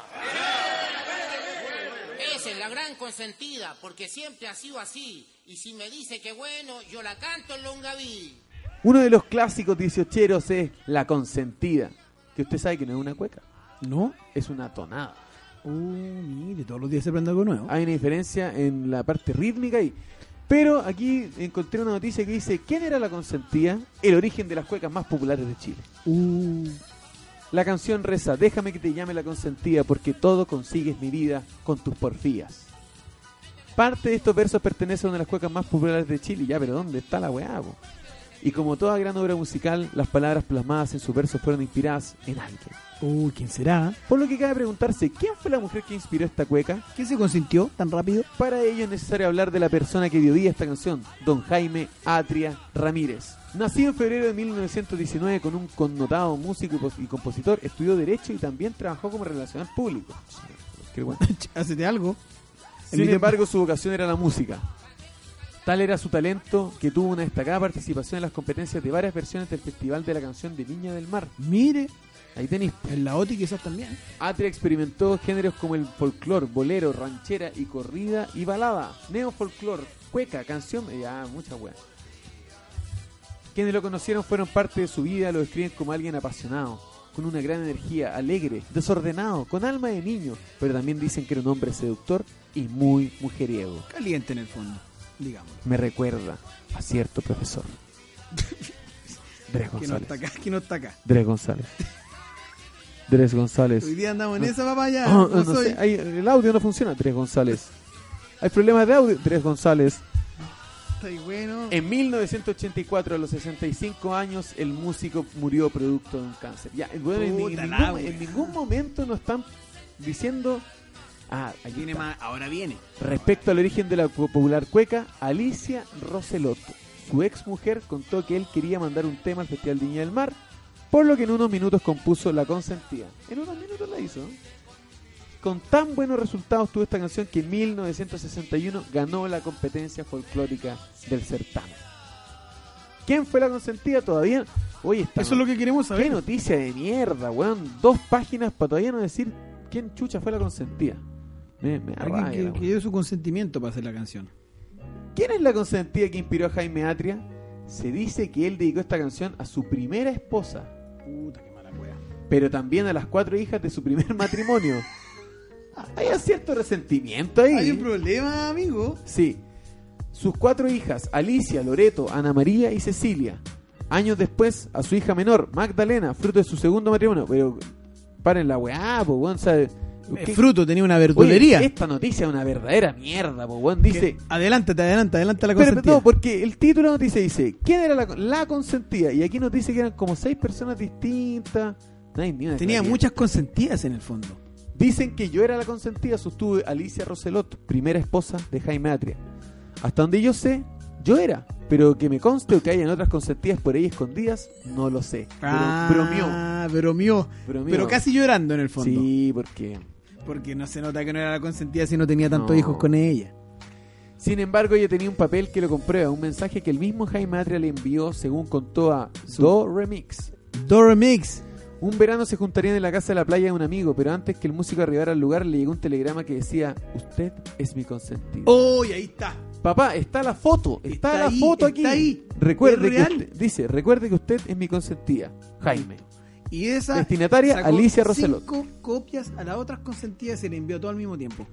Speaker 7: Esa es la gran consentida, porque siempre ha sido así. Y si me dice que bueno, yo la canto en Longaví.
Speaker 4: Uno de los clásicos dieciocheros es La Consentida. Que usted sabe que no es una cueca,
Speaker 5: ¿No?
Speaker 4: es una tonada.
Speaker 5: Oh, mire, todos los días se prende algo nuevo.
Speaker 4: Hay una diferencia en la parte rítmica y. Pero aquí encontré una noticia que dice: ¿Quién era la consentida? El origen de las cuecas más populares de Chile.
Speaker 5: Uh,
Speaker 4: La canción reza, déjame que te llame la consentida porque todo consigues mi vida con tus porfías. Parte de estos versos pertenece a una de las cuecas más populares de Chile, ya, pero ¿dónde está la weá? po? Y como toda gran obra musical, las palabras plasmadas en sus versos fueron inspiradas en alguien.
Speaker 5: uh, ¿quién será?
Speaker 4: Por lo que cabe preguntarse, ¿quién fue la mujer que inspiró esta cueca?
Speaker 5: ¿Quién se consintió tan rápido?
Speaker 4: Para ello es necesario hablar de la persona que dio vida a esta canción, don Jaime Atria Ramírez. Nacido en febrero de 1919 con un connotado músico y pos- y compositor, estudió Derecho y también trabajó como relacional público. Qué bueno.
Speaker 5: Hacete algo.
Speaker 4: Sin embargo, su vocación era la música. Tal era su talento que tuvo una destacada participación en las competencias de varias versiones del Festival de la Canción de Viña del Mar.
Speaker 5: Mire,
Speaker 4: Ahí tenéis.
Speaker 5: En la OTI quizás también.
Speaker 4: Atria experimentó géneros como el folclor, bolero, ranchera y corrida y balada, neofolclor, cueca, canción, eh, ah, mucha wea. Quienes lo conocieron fueron parte de su vida, lo describen como alguien apasionado, con una gran energía, alegre, desordenado, con alma de niño, pero también dicen que era un hombre seductor y muy mujeriego.
Speaker 5: Caliente en el fondo, digámoslo.
Speaker 4: Me recuerda a cierto profesor. Dres
Speaker 5: Que no
Speaker 4: González.
Speaker 5: está acá, que no está acá.
Speaker 4: Dres González. Dres González.
Speaker 5: Hoy día andamos en
Speaker 4: No.
Speaker 5: esa papaya.
Speaker 4: Ah,
Speaker 5: no
Speaker 4: no
Speaker 5: soy.
Speaker 4: sé, ahí, el audio no funciona, Tres González. Hay problemas de audio, Tres González.
Speaker 5: Estoy bueno.
Speaker 4: En 1984, a los 65 años, el músico murió producto de un cáncer. Ya, bueno, en, en
Speaker 5: Puta la
Speaker 4: ningún,
Speaker 5: wea.
Speaker 4: en ningún momento nos están diciendo. Ah, aquí
Speaker 5: Viene
Speaker 4: está.
Speaker 5: más, ahora viene.
Speaker 4: Respecto al origen de la cu- popular cueca, Alicia Roselotto, su ex mujer, contó que él quería mandar un tema al Festival de Viña del Mar, por lo que en unos minutos compuso La Consentida. En unos minutos la hizo. ¿no? Con tan buenos resultados tuvo esta canción que en 1961 ganó la competencia folclórica del certamen. ¿Quién fue la consentida? Todavía. Oye, está.
Speaker 5: Eso es lo que queremos
Speaker 4: ¡Qué
Speaker 5: saber.
Speaker 4: noticia de mierda, weón! Dos páginas para todavía no decir quién chucha fue la consentida. Me, me da
Speaker 5: Alguien
Speaker 4: rabia,
Speaker 5: que-
Speaker 4: la
Speaker 5: que,
Speaker 4: weá.
Speaker 5: dio su consentimiento para hacer la canción.
Speaker 4: ¿Quién es la consentida que inspiró a Jaime Atria? Se dice que él dedicó esta canción a su primera esposa,
Speaker 5: Puta, qué mala wea.
Speaker 4: pero también a las cuatro hijas de su primer matrimonio. Hay un cierto resentimiento ahí.
Speaker 5: Hay un problema, amigo.
Speaker 4: Sí. Sus cuatro hijas, Alicia, Loreto, Ana María y Cecilia. Años después, a su hija menor, Magdalena, fruto de su segundo matrimonio. Pero paren la weá, po, weón. o sea,
Speaker 5: Eh,
Speaker 4: ¿qué-
Speaker 5: fruto tenía una
Speaker 4: Oye,
Speaker 5: verdulería.
Speaker 4: esta noticia es una verdadera mierda, po, weón. Dice,
Speaker 5: Que- Adelántate, adelante, adelante la
Speaker 4: Pero
Speaker 5: consentida.
Speaker 4: no, porque el título nos dice, dice, ¿quién era la, la consentida? Y aquí nos dice que eran como seis personas distintas. No hay ni una
Speaker 5: Tenía
Speaker 4: claridad.
Speaker 5: muchas consentidas en el fondo.
Speaker 4: Dicen que yo era la consentida, sostuve Alicia Roselot, primera esposa de Jaime Atria. Hasta donde yo sé, yo era. Pero que me conste o que hayan otras consentidas por ahí escondidas, no lo sé. Pero bromeó.
Speaker 5: Ah, bromeó.
Speaker 4: Bromeó.
Speaker 5: Pero casi llorando en el fondo.
Speaker 4: Sí, porque...
Speaker 5: Porque no se nota que no era la consentida si no tenía tantos
Speaker 4: No.
Speaker 5: hijos con ella.
Speaker 4: Sin embargo, ella tenía un papel que lo comprueba, un mensaje que el mismo Jaime Atria le envió, según contó a Do Remix,
Speaker 5: Dora Mix.
Speaker 4: Un verano se juntarían en la casa de la playa de un amigo, pero antes que el músico arribara al lugar le llegó un telegrama que decía, usted es mi consentido.
Speaker 5: ¡Oh, y ahí está!
Speaker 4: Papá, está la foto, está,
Speaker 5: Está
Speaker 4: la
Speaker 5: ahí,
Speaker 4: foto
Speaker 5: está
Speaker 4: aquí.
Speaker 5: ahí.
Speaker 4: Recuerde
Speaker 5: Es
Speaker 4: que
Speaker 5: real.
Speaker 4: usted- dice, recuerde que usted es mi consentida, Jaime.
Speaker 5: Y esa.
Speaker 4: Destinataria,
Speaker 5: sacó
Speaker 4: Alicia Roselot.
Speaker 5: Cinco copias a las otras consentidas y se le envió todo al mismo tiempo.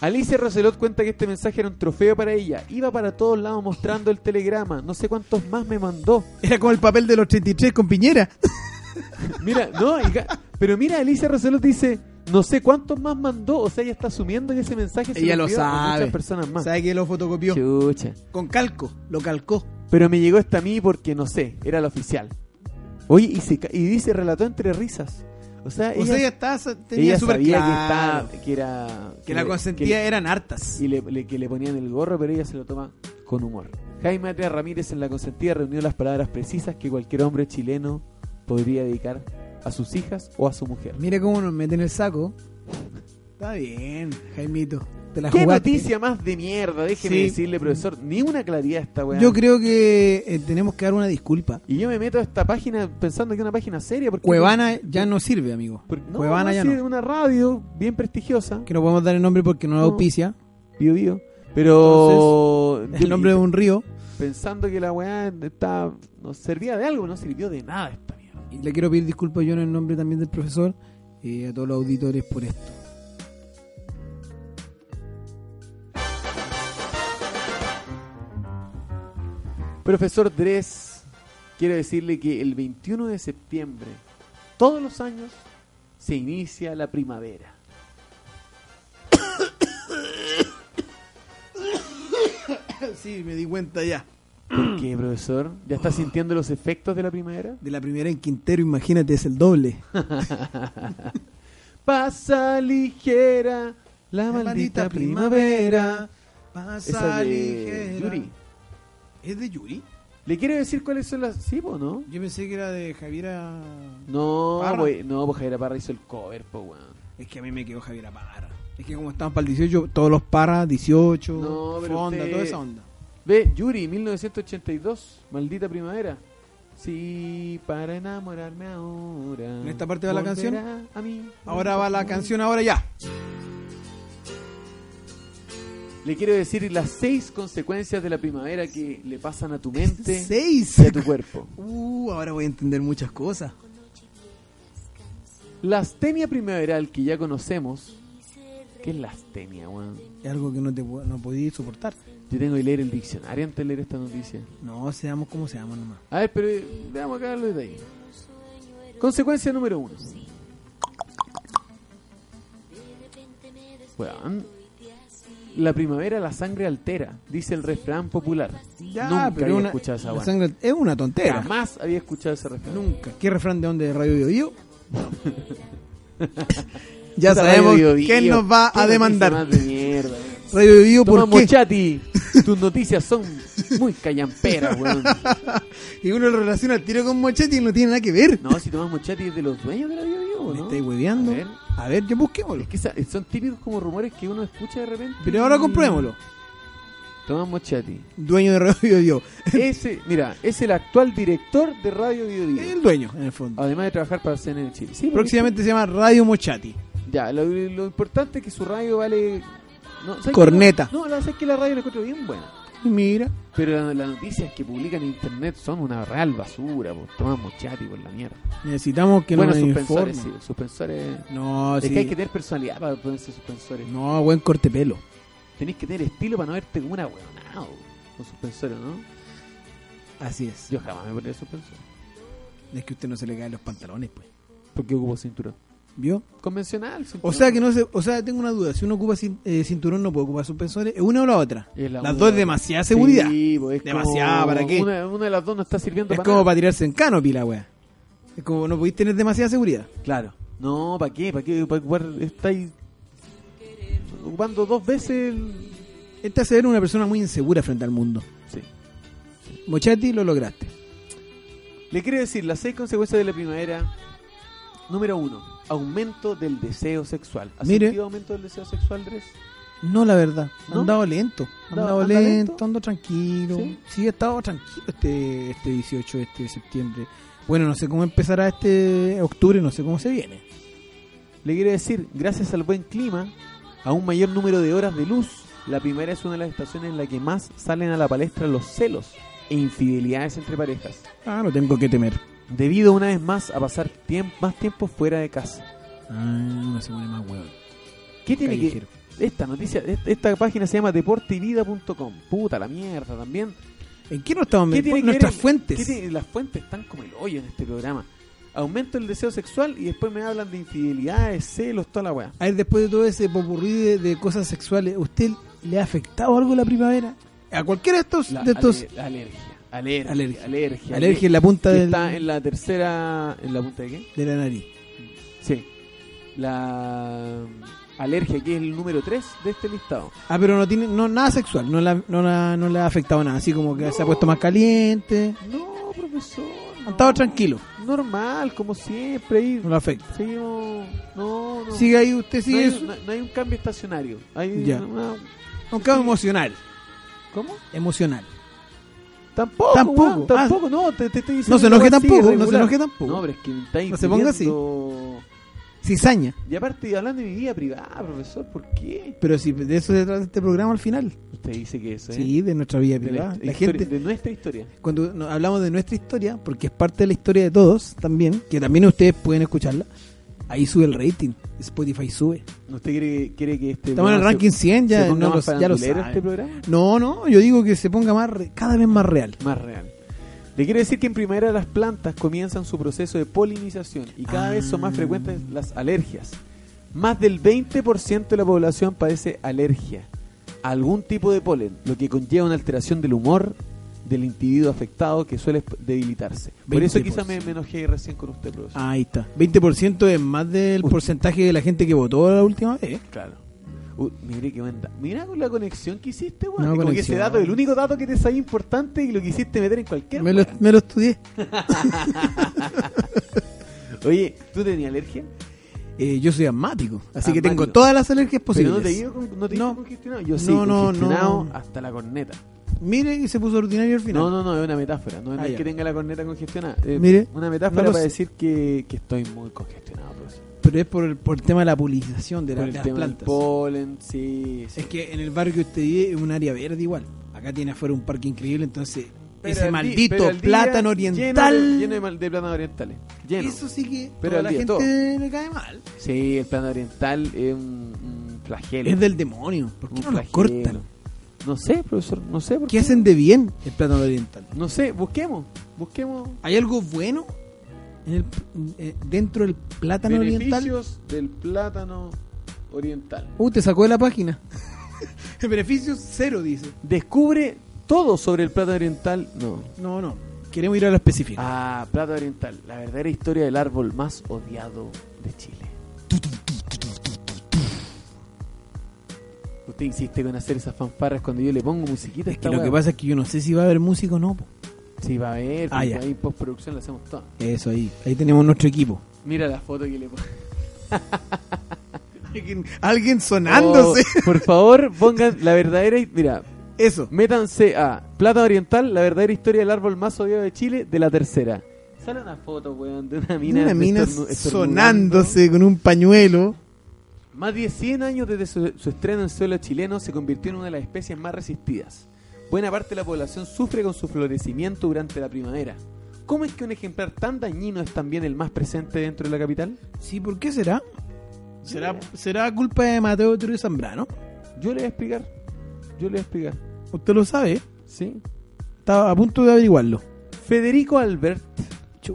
Speaker 4: Alicia Roselot cuenta que este mensaje era un trofeo para ella. Iba para todos lados mostrando el telegrama. No sé cuántos más me mandó.
Speaker 5: Era como el papel de los 33 con Piñera.
Speaker 4: Mira, no, y ca- pero mira, Alicia Roselot dice, no sé cuántos más mandó. O sea, ella está asumiendo que ese mensaje se
Speaker 5: ella
Speaker 4: lo
Speaker 5: lo
Speaker 4: envió a
Speaker 5: sabe.
Speaker 4: muchas personas más.
Speaker 5: Sabe que lo fotocopió.
Speaker 4: Chucha.
Speaker 5: Con calco. Lo calcó.
Speaker 4: Pero me llegó esta a mí porque no sé, era la oficial. Oye, y, se ca- y dice, relató entre risas. O sea,
Speaker 5: o
Speaker 4: ella,
Speaker 5: sea, ella estaba, tenía
Speaker 4: ella
Speaker 5: súper
Speaker 4: sabía
Speaker 5: claro
Speaker 4: que, estaba- que era.
Speaker 5: que la
Speaker 4: le-
Speaker 5: consentida
Speaker 4: que-
Speaker 5: eran hartas.
Speaker 4: Y le, le- que le ponían el gorro, pero ella se lo toma con humor. Jaime Atria Ramírez en la consentida reunió las palabras precisas que cualquier hombre chileno podría dedicar a sus hijas o a su mujer.
Speaker 5: Mira cómo nos meten el saco. Está bien, Jaimito. Te la
Speaker 4: ¿Qué
Speaker 5: jugaste.
Speaker 4: noticia más de mierda? Déjeme
Speaker 5: Sí.
Speaker 4: decirle, profesor. Ni una claridad esta weá.
Speaker 5: Yo creo que eh, tenemos que dar una disculpa.
Speaker 4: Y yo me meto a esta página pensando que es una página seria. Porque
Speaker 5: Cuevana ya no sirve, amigo.
Speaker 4: Porque- no,
Speaker 5: Cuevana
Speaker 4: no,
Speaker 5: ya
Speaker 4: sí,
Speaker 5: no.
Speaker 4: una radio bien prestigiosa,
Speaker 5: Que no podemos dar el nombre porque no la
Speaker 4: No.
Speaker 5: auspicia.
Speaker 4: Bio Bio, pero
Speaker 5: Es el nombre de un río.
Speaker 4: pensando que la weá está, nos servía de algo, no sirvió de nada esta mierda.
Speaker 5: Y le quiero pedir disculpas yo en el nombre también del profesor y a todos los auditores por esto.
Speaker 4: Profesor Dres, quiero decirle que el 21 de septiembre, todos los años, se inicia la primavera.
Speaker 5: Sí, me di cuenta ya.
Speaker 4: ¿Por qué, profesor? ¿Ya está sintiendo los efectos de la primavera?
Speaker 5: De la primera en Quintero, imagínate, es el doble.
Speaker 4: Pasa ligera la, maldita, primavera. Esa de Yuri.
Speaker 5: ¿Es de Yuri?
Speaker 4: ¿Le quiero decir cuáles son las...? ¿Sí o no?
Speaker 5: Yo pensé que era de Javiera...
Speaker 4: No,
Speaker 5: Parra.
Speaker 4: pues, no, pues Javier Parra hizo el cover, po, weón.
Speaker 5: Es que a mí me quedó Javiera Parra. Es que como estamos para el 18, todos los Parra, 18,
Speaker 4: No, pero
Speaker 5: onda,
Speaker 4: usted-
Speaker 5: toda esa onda.
Speaker 4: Ve, Yuri, 1982, maldita primavera. Sí, para enamorarme ahora.
Speaker 5: ¿En esta parte va la canción?
Speaker 4: volverá a mí.
Speaker 5: Ahora va la canción, ahora ya.
Speaker 4: Le quiero decir las seis consecuencias de la primavera que le pasan a tu mente
Speaker 5: Seis.
Speaker 4: y a tu cuerpo.
Speaker 5: Uh, ahora voy a entender muchas cosas.
Speaker 4: La astenia primaveral que ya conocemos. ¿Qué es la astenia, weón?
Speaker 5: Es algo que no te pu- no podí soportar.
Speaker 4: Yo tengo que leer el diccionario antes de leer esta noticia.
Speaker 5: No, seamos como seamos nomás.
Speaker 4: A ver, pero eh, veamos acá los detalles. Consecuencia número uno. Weón, la primavera la sangre altera, dice el refrán popular. Nunca
Speaker 5: pero
Speaker 4: había
Speaker 5: una-
Speaker 4: escuchado esa
Speaker 5: la
Speaker 4: weá.
Speaker 5: sangre es una tontera.
Speaker 4: Jamás había escuchado ese refrán.
Speaker 5: Nunca. ¿Qué refrán de dónde de Radio Bio Bio? ya
Speaker 4: Puta,
Speaker 5: sabemos
Speaker 4: Radio Bio,
Speaker 5: quién nos va
Speaker 4: qué
Speaker 5: a
Speaker 4: noticia
Speaker 5: demandar.
Speaker 4: más de mierda.
Speaker 5: Radio Bio Bio,
Speaker 4: Toma,
Speaker 5: ¿por qué?
Speaker 4: Mochati, tus noticias son muy callamperas, weón.
Speaker 5: Y uno lo relaciona al tiro con Mochetti y no tiene nada que ver.
Speaker 4: No, si Tomás Mochati es de los dueños de la Bio Bio,
Speaker 5: ¿Me
Speaker 4: ¿no?
Speaker 5: estáis hueveando?
Speaker 4: A ver.
Speaker 5: A ver, yo busquémoslo.
Speaker 4: Es que esa- son típicos como rumores que uno escucha de repente.
Speaker 5: Pero ahora compruébmoslo.
Speaker 4: Tomás Mochati.
Speaker 5: Dueño de Radio Bio Bio.
Speaker 4: Ese, mira, es el actual director de Radio Video Video.
Speaker 5: El dueño, en el fondo.
Speaker 4: Además de trabajar para CNN Chile. Sí, porque-
Speaker 5: Próximamente se llama Radio Mochati.
Speaker 4: Ya, lo, lo importante es que su radio vale. No, ¿sabes qué?
Speaker 5: Corneta.
Speaker 4: No, la verdad es que la radio la encuentro bien buena.
Speaker 5: Y Mira.
Speaker 4: Pero la- las noticias que publican en internet son una real basura, po. Tomás Mochati por la mierda.
Speaker 5: Necesitamos que
Speaker 4: bueno,
Speaker 5: nos informen.
Speaker 4: suspensores, sí, suspensores.
Speaker 5: No,
Speaker 4: es
Speaker 5: sí.
Speaker 4: que hay que tener personalidad para ponerse suspensores.
Speaker 5: No, buen corte pelo.
Speaker 4: Tenés que tener estilo para no verte como una weonao con suspensores, ¿no?
Speaker 5: Así es.
Speaker 4: Yo jamás me pondría suspensor.
Speaker 5: Es que a usted no se le caen los pantalones, pues.
Speaker 4: Porque ocupo cinturón.
Speaker 5: ¿Vio?
Speaker 4: Convencional,
Speaker 5: O
Speaker 4: cinturón.
Speaker 5: sea que no se, o sea, tengo una duda, si uno ocupa cin- eh, cinturón no puede ocupar suspensores, ¿es una o la otra?
Speaker 4: Es la
Speaker 5: Las
Speaker 4: una.
Speaker 5: dos es demasiada seguridad.
Speaker 4: Sí, pues, es
Speaker 5: Demasiada,
Speaker 4: como-
Speaker 5: ¿para qué?
Speaker 4: Una, una de las dos no está sirviendo
Speaker 5: es
Speaker 4: para
Speaker 5: como
Speaker 4: nada.
Speaker 5: para tirarse en canopy la wea. Es como no podéis tener demasiada seguridad.
Speaker 4: Claro. No, ¿para qué? ¿Para qué? ¿Para ocupar? Estáis ocupando dos veces el...
Speaker 5: Esta se ve una persona muy insegura frente al mundo.
Speaker 4: Sí.
Speaker 5: Mochati, lo lograste.
Speaker 4: Le quiero decir las seis consecuencias de la primavera. Número uno, aumento del deseo sexual. ¿Has
Speaker 5: Mire.
Speaker 4: sentido aumento del deseo sexual, Andrés?
Speaker 5: No, la verdad.
Speaker 4: ¿No?
Speaker 5: Andado lento.
Speaker 4: Andaba-
Speaker 5: Andado
Speaker 4: anda
Speaker 5: lento,
Speaker 4: lento.
Speaker 5: ando tranquilo.
Speaker 4: Sí.
Speaker 5: Sí, he estado tranquilo este, este 18 este de septiembre. Bueno, no sé cómo empezará este octubre, no sé cómo se viene.
Speaker 4: Le quiero decir, gracias al buen clima, a un mayor número de horas de luz, la primavera es una de las estaciones en la que más salen a la palestra los celos e infidelidades entre parejas.
Speaker 5: Ah, no tengo que temer.
Speaker 4: debido una vez más a pasar tiemp- más tiempo fuera de casa.
Speaker 5: Ah, no se pone más huevo.
Speaker 4: ¿Qué tiene
Speaker 5: Callejero.
Speaker 4: que esta noticia, est- esta página se llama deporteyvida.com. Puta la mierda también.
Speaker 5: ¿En qué nos estamos
Speaker 4: ¿Qué tiene
Speaker 5: metiendo?
Speaker 4: que
Speaker 5: Nuestras
Speaker 4: ver-
Speaker 5: fuentes.
Speaker 4: ¿Qué tiene- las fuentes están como el hoyo en este programa. Aumento el deseo sexual y después me hablan de infidelidades, celos, toda la weá.
Speaker 5: A ver, después de todo ese popurrí de, de cosas sexuales, ¿usted le ha afectado algo la primavera? A cualquiera de estos...
Speaker 4: La
Speaker 5: de estos
Speaker 4: ale- alergia, alergia, alergia,
Speaker 5: Alergia.
Speaker 4: alergia.
Speaker 5: alergia en la punta
Speaker 4: que
Speaker 5: del-
Speaker 4: está en la tercera, en la punta de qué?
Speaker 5: de la nariz.
Speaker 4: Sí. La mm, alergia que es el número 3 de este listado.
Speaker 5: Ah, pero no tiene no nada sexual, no, la, no, la- no le ha afectado nada, así como que se ha puesto más caliente,
Speaker 4: No, profesor.
Speaker 5: ha
Speaker 4: no.
Speaker 5: estado tranquilo,
Speaker 4: normal, como siempre. ahí
Speaker 5: no lo afecta.
Speaker 4: seguimos. No, no.
Speaker 5: Sigue ahí, usted
Speaker 4: no,
Speaker 5: sigue
Speaker 4: hay,
Speaker 5: su-
Speaker 4: no- no hay un cambio estacionario. Hay
Speaker 5: Ya.
Speaker 4: una-
Speaker 5: un cambio emocional,
Speaker 4: ¿Cómo?
Speaker 5: emocional.
Speaker 4: Tampoco,
Speaker 5: Tampoco.
Speaker 4: weón,
Speaker 5: Ah.
Speaker 4: tampoco, no, te, te estoy diciendo.
Speaker 5: No se
Speaker 4: una
Speaker 5: enoje
Speaker 4: cosa así,
Speaker 5: tampoco, no
Speaker 4: regular.
Speaker 5: se enoje tampoco.
Speaker 4: No, pero es que me está
Speaker 5: No se ponga así.
Speaker 4: impidiendo-
Speaker 5: Cizaña,
Speaker 4: Y aparte, hablando de mi vida privada, profesor, ¿por qué?
Speaker 5: pero si de eso se trata este programa al final.
Speaker 4: Usted dice que eso, ¿eh?
Speaker 5: Sí, de nuestra vida
Speaker 4: De,
Speaker 5: privada.
Speaker 4: nuestra
Speaker 5: La
Speaker 4: historia-
Speaker 5: gente,
Speaker 4: de nuestra historia.
Speaker 5: cuando no- hablamos de nuestra historia, porque es parte de la historia de todos también, que también ustedes pueden escucharla, ahí sube el rating, Spotify sube.
Speaker 4: ¿Usted quiere, quiere que este.
Speaker 5: Estamos en el
Speaker 4: programa
Speaker 5: ranking
Speaker 4: se- se
Speaker 5: 100, ya,
Speaker 4: ponga
Speaker 5: no
Speaker 4: más
Speaker 5: los- ya lo
Speaker 4: farandulero
Speaker 5: saben.
Speaker 4: este programa?
Speaker 5: No, no, yo digo que se ponga más re- cada vez más real.
Speaker 4: más real. Le quiero decir que en primavera las plantas comienzan su proceso de polinización y cada vez son más
Speaker 5: Ah.
Speaker 4: frecuentes las alergias. Más del 20% de la población padece alergia a algún tipo de polen, lo que conlleva una alteración del humor del individuo afectado que suele debilitarse. Por eso quizá me, me enojé recién con usted, profesor.
Speaker 5: Ahí está. 20% es más del
Speaker 4: Uy.
Speaker 5: porcentaje de la gente que votó la última vez.
Speaker 4: Claro. Uh, mire qué buen da- Mira con la conexión que hiciste, weón.
Speaker 5: Una
Speaker 4: Como que ese
Speaker 5: conexión.
Speaker 4: dato, el único dato que te sabía importante y lo quisiste meter en cualquier.
Speaker 5: Me lo,
Speaker 4: weá.
Speaker 5: me lo estudié.
Speaker 4: Oye, ¿tú tenías alergia?
Speaker 5: Eh, yo soy asmático, así que
Speaker 4: Asmático.
Speaker 5: tengo todas las alergias
Speaker 4: Pero
Speaker 5: posibles.
Speaker 4: no te digo con- no te digo
Speaker 5: No.
Speaker 4: congestionado. Yo sí,
Speaker 5: No, no,
Speaker 4: congestionado
Speaker 5: no.
Speaker 4: hasta la corneta.
Speaker 5: Mire, y se puso ordinario al final.
Speaker 4: No, no, no, es una metáfora. No, no
Speaker 5: Ah,
Speaker 4: es
Speaker 5: ya.
Speaker 4: que tenga la corneta congestionada. Eh,
Speaker 5: Mire,
Speaker 4: una metáfora
Speaker 5: no lo
Speaker 4: para
Speaker 5: sé.
Speaker 4: decir que, que estoy muy congestionado, profesor.
Speaker 5: Pero es por el, por el tema de la pulinización de, la-
Speaker 4: Por
Speaker 5: de
Speaker 4: el
Speaker 5: las
Speaker 4: tema del
Speaker 5: plantas.
Speaker 4: polen, sí. sí.
Speaker 5: Es que en el barrio que usted vive es un área verde igual. Acá tiene afuera un parque increíble, entonces
Speaker 4: Pero al
Speaker 5: ese
Speaker 4: di-
Speaker 5: maldito
Speaker 4: pero al día
Speaker 5: plátano
Speaker 4: lleno de-
Speaker 5: oriental.
Speaker 4: Lleno de, mal- de plátanos orientales. Lleno.
Speaker 5: Eso sí que
Speaker 4: Pero
Speaker 5: a
Speaker 4: al
Speaker 5: la
Speaker 4: día
Speaker 5: gente
Speaker 4: todo.
Speaker 5: le cae mal.
Speaker 4: Sí, el plátano oriental es un, un flagelo.
Speaker 5: Es del demonio. ¿Por
Speaker 4: Un
Speaker 5: qué no lo
Speaker 4: flagelo.
Speaker 5: cortan?
Speaker 4: No sé, profesor, no sé. Por
Speaker 5: ¿Qué hacen de bien el plátano oriental?
Speaker 4: No sé, busquemos. Busquemos
Speaker 5: ¿Hay algo bueno en el- eh, dentro del plátano oriental?
Speaker 4: beneficios del plátano oriental.
Speaker 5: Uh, te sacó de la página. Beneficios cero, dice.
Speaker 4: Descubre todo sobre el plátano oriental. No.
Speaker 5: No, no. Queremos ir a lo específico.
Speaker 4: Ah, plátano oriental. La verdadera historia del árbol más odiado de Chile. Usted insiste con hacer esas fanfarras cuando yo le pongo musiquita. a
Speaker 5: es que
Speaker 4: esta
Speaker 5: lo que
Speaker 4: weá.
Speaker 5: pasa es que yo no sé si va a haber músico o no. po.
Speaker 4: Sí, va a ver.
Speaker 5: Ah,
Speaker 4: porque
Speaker 5: ya.
Speaker 4: ahí en postproducción la hacemos toda.
Speaker 5: Eso ahí. Ahí tenemos nuestro equipo.
Speaker 4: Mira la foto que le pongo.
Speaker 5: Alguien sonándose.
Speaker 4: Oh, por favor, pongan la verdadera. hi- Mira,
Speaker 5: Eso.
Speaker 4: métanse a Plata Oriental, la verdadera historia del árbol más odiado de Chile, de la tercera. Sale una foto, weón, de una mina.
Speaker 5: una mina
Speaker 4: estornu- estornudando.
Speaker 5: sonándose con un pañuelo.
Speaker 4: Más de 100 años desde su, su estreno en suelo chileno se convirtió en una de las especies más resistidas. Buena parte de la población sufre con su florecimiento durante la primavera. ¿Cómo es que un ejemplar tan dañino es también el más presente dentro de la capital?
Speaker 5: Sí, ¿por qué será? ¿Será,
Speaker 4: Eh.
Speaker 5: será culpa de Mateo Trio Zambrano?
Speaker 4: Yo le voy a explicar. Yo le voy a explicar.
Speaker 5: Usted lo sabe,
Speaker 4: ¿Sí?
Speaker 5: estaba a punto de averiguarlo.
Speaker 4: Federico Albert,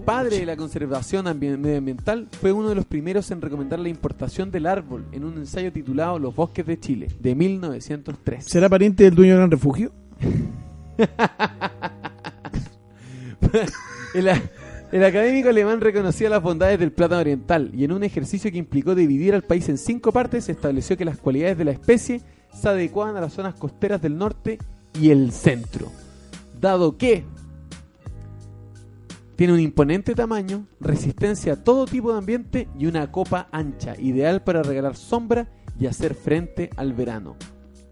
Speaker 4: padre de la conservación ambien- medioambiental, fue uno de los primeros en recomendar la importación del árbol en un ensayo titulado Los bosques de Chile, de 1903.
Speaker 5: ¿Será pariente del dueño del gran refugio?
Speaker 4: El, a- el académico alemán reconocía las bondades del plátano oriental y en un ejercicio que implicó dividir al país en cinco partes estableció que las cualidades de la especie se adecuaban a las zonas costeras del norte y el centro. Dado que tiene un imponente tamaño, resistencia a todo tipo de ambiente y una copa ancha, ideal para regalar sombra y hacer frente al verano.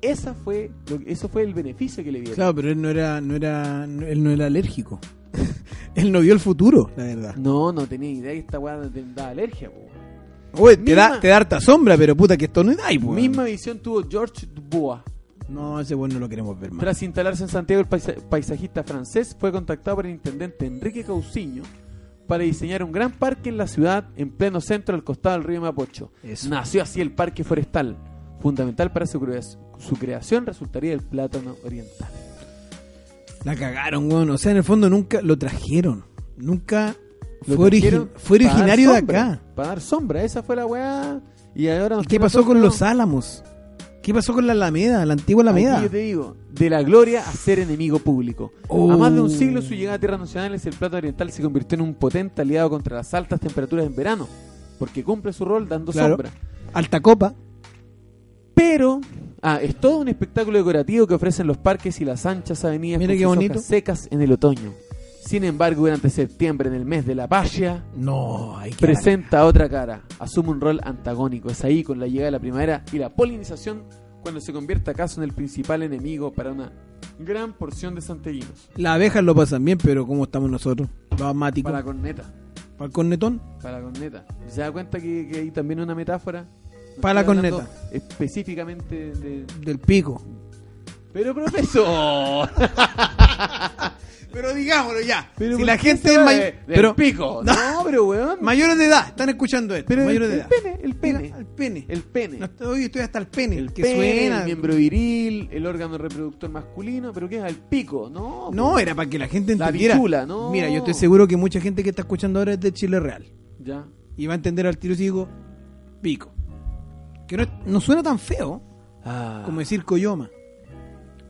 Speaker 4: Esa fue lo- eso fue el beneficio que le dieron.
Speaker 5: Claro, pero él no era, no era, no- él no era alérgico. él no vio el futuro, la verdad.
Speaker 4: No, no tenía idea que esta weá te da alergia, po, weón.
Speaker 5: Oye, te
Speaker 4: Misma-
Speaker 5: da, te da harta sombra, pero puta que esto no es ahí, pues, weón.
Speaker 4: Misma visión tuvo George Dubois.
Speaker 5: No, ese weón no lo queremos ver más.
Speaker 4: Tras instalarse en Santiago, el paisa- paisajista francés fue contactado por el intendente Enrique Cauciño para diseñar un gran parque en la ciudad, en pleno centro, al costado del río Mapocho.
Speaker 5: Eso.
Speaker 4: Nació así el Parque Forestal, fundamental para su, crea- su creación, resultaría el plátano oriental.
Speaker 5: La cagaron, weón. O sea, en el fondo nunca lo trajeron. Nunca
Speaker 4: Lo
Speaker 5: fue, origi-
Speaker 4: trajeron
Speaker 5: fue
Speaker 4: para dar
Speaker 5: originario de
Speaker 4: sombra,
Speaker 5: acá.
Speaker 4: Para dar sombra, esa fue la weá. ¿Y ahora
Speaker 5: ¿Y
Speaker 4: nos
Speaker 5: qué
Speaker 4: tiene
Speaker 5: pasó con
Speaker 4: nosotros-
Speaker 5: los álamos? ¿Qué pasó con la Alameda, la antigua
Speaker 4: Aquí
Speaker 5: Alameda?
Speaker 4: yo te digo, de la gloria a ser enemigo público.
Speaker 5: Oh.
Speaker 4: A más de un siglo su llegada a tierras nacionales, el plato oriental se convirtió en un potente aliado contra las altas temperaturas en verano, porque cumple su rol dando
Speaker 5: Claro.
Speaker 4: sombra.
Speaker 5: Alta Copa.
Speaker 4: Pero ah, es todo un espectáculo decorativo que ofrecen los parques y las anchas avenidas
Speaker 5: Mira
Speaker 4: con
Speaker 5: qué
Speaker 4: sus
Speaker 5: bonito.
Speaker 4: hojas secas en el otoño. Sin embargo, durante septiembre, en el mes de la palla,
Speaker 5: No, hay que
Speaker 4: presenta otra cara, asume un rol antagónico. Es ahí, con la llegada de la primavera y la polinización, cuando se convierte acaso en el principal enemigo para una gran porción de santellinos.
Speaker 5: Las abejas lo pasan bien, pero ¿cómo estamos nosotros? Los asmáticos.
Speaker 4: Para la
Speaker 5: Para,
Speaker 4: corneta,
Speaker 5: el cornetón.
Speaker 4: para la corneta. ¿Se da cuenta que, que hay también una metáfora? No
Speaker 5: Para la
Speaker 4: estoy hablando
Speaker 5: corneta.
Speaker 4: Específicamente de...
Speaker 5: Del pico.
Speaker 4: Pero profesor,
Speaker 5: Pero digámoslo ya.
Speaker 4: Pero
Speaker 5: si
Speaker 4: ¿por
Speaker 5: la
Speaker 4: qué
Speaker 5: gente
Speaker 4: se
Speaker 5: es
Speaker 4: va Eh,
Speaker 5: may-
Speaker 4: de- del
Speaker 5: pero-
Speaker 4: pico.
Speaker 5: No.
Speaker 4: No, pero weón.
Speaker 5: Mayores de edad, están escuchando esto.
Speaker 4: Pero el,
Speaker 5: mayores de
Speaker 4: el
Speaker 5: edad.
Speaker 4: pene, el pene,
Speaker 5: Mira, el pene.
Speaker 4: el pene.
Speaker 5: No estoy, hoy estoy hasta el pene.
Speaker 4: El
Speaker 5: que
Speaker 4: pene,
Speaker 5: suena.
Speaker 4: el miembro viril, el órgano reproductor masculino, pero ¿qué es? El pico, ¿no? pues,
Speaker 5: No, era para que la gente
Speaker 4: La
Speaker 5: entendiera.
Speaker 4: pichula, no.
Speaker 5: Mira, yo estoy seguro que mucha gente que está escuchando ahora es de Chile Real.
Speaker 4: Ya.
Speaker 5: Y va a entender al tiro si digo, pico. Que no, es- no suena tan feo
Speaker 4: Ah.
Speaker 5: como decir coyoma.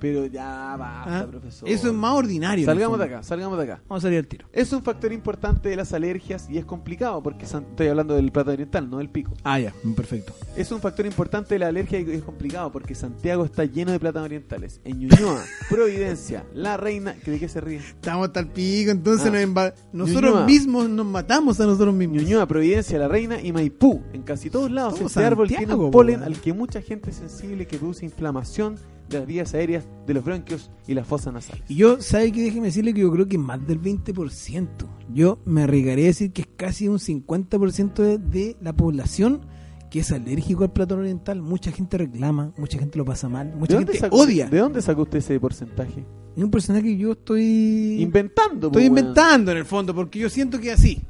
Speaker 4: Pero ya basta,
Speaker 5: ¿ah?
Speaker 4: profesor.
Speaker 5: Eso es más ordinario. en el
Speaker 4: Salgamos de
Speaker 5: fondo.
Speaker 4: acá, salgamos de acá.
Speaker 5: Vamos a salir al tiro.
Speaker 4: Es un factor importante de las alergias y es complicado porque san- estoy hablando del plato oriental, no del pico.
Speaker 5: Ah, ya, perfecto.
Speaker 4: Es un factor importante de la alergia y es complicado porque Santiago está lleno de plátanos orientales. En Ñuñoa, Providencia, La Reina... ¿que ¿De qué se ríe?
Speaker 5: Estamos hasta el pico, entonces
Speaker 4: Ah.
Speaker 5: nos emba- nosotros
Speaker 4: Ñuñoa.
Speaker 5: mismos nos matamos a nosotros mismos.
Speaker 4: Ñuñoa, Providencia, La Reina y Maipú. En casi todos lados
Speaker 5: Todo
Speaker 4: este árbol tiene
Speaker 5: Santiago,
Speaker 4: un polen
Speaker 5: weón.
Speaker 4: al que mucha gente es sensible que produce inflamación de las vías aéreas, de los bronquios y las fosas nasales.
Speaker 5: Y yo, ¿sabe qué? Déjeme decirle que yo creo que más del 20%. Yo me arriesgaría a decir que es casi un 50% de, de la población que es alérgico al platón oriental. Mucha gente reclama, mucha gente lo pasa mal, mucha gente
Speaker 4: sacó,
Speaker 5: odia.
Speaker 4: ¿De dónde sacó usted ese porcentaje?
Speaker 5: Es un personaje que yo estoy...
Speaker 4: Inventando,
Speaker 5: estoy
Speaker 4: po, weón.
Speaker 5: inventando en el fondo, porque yo siento que es así.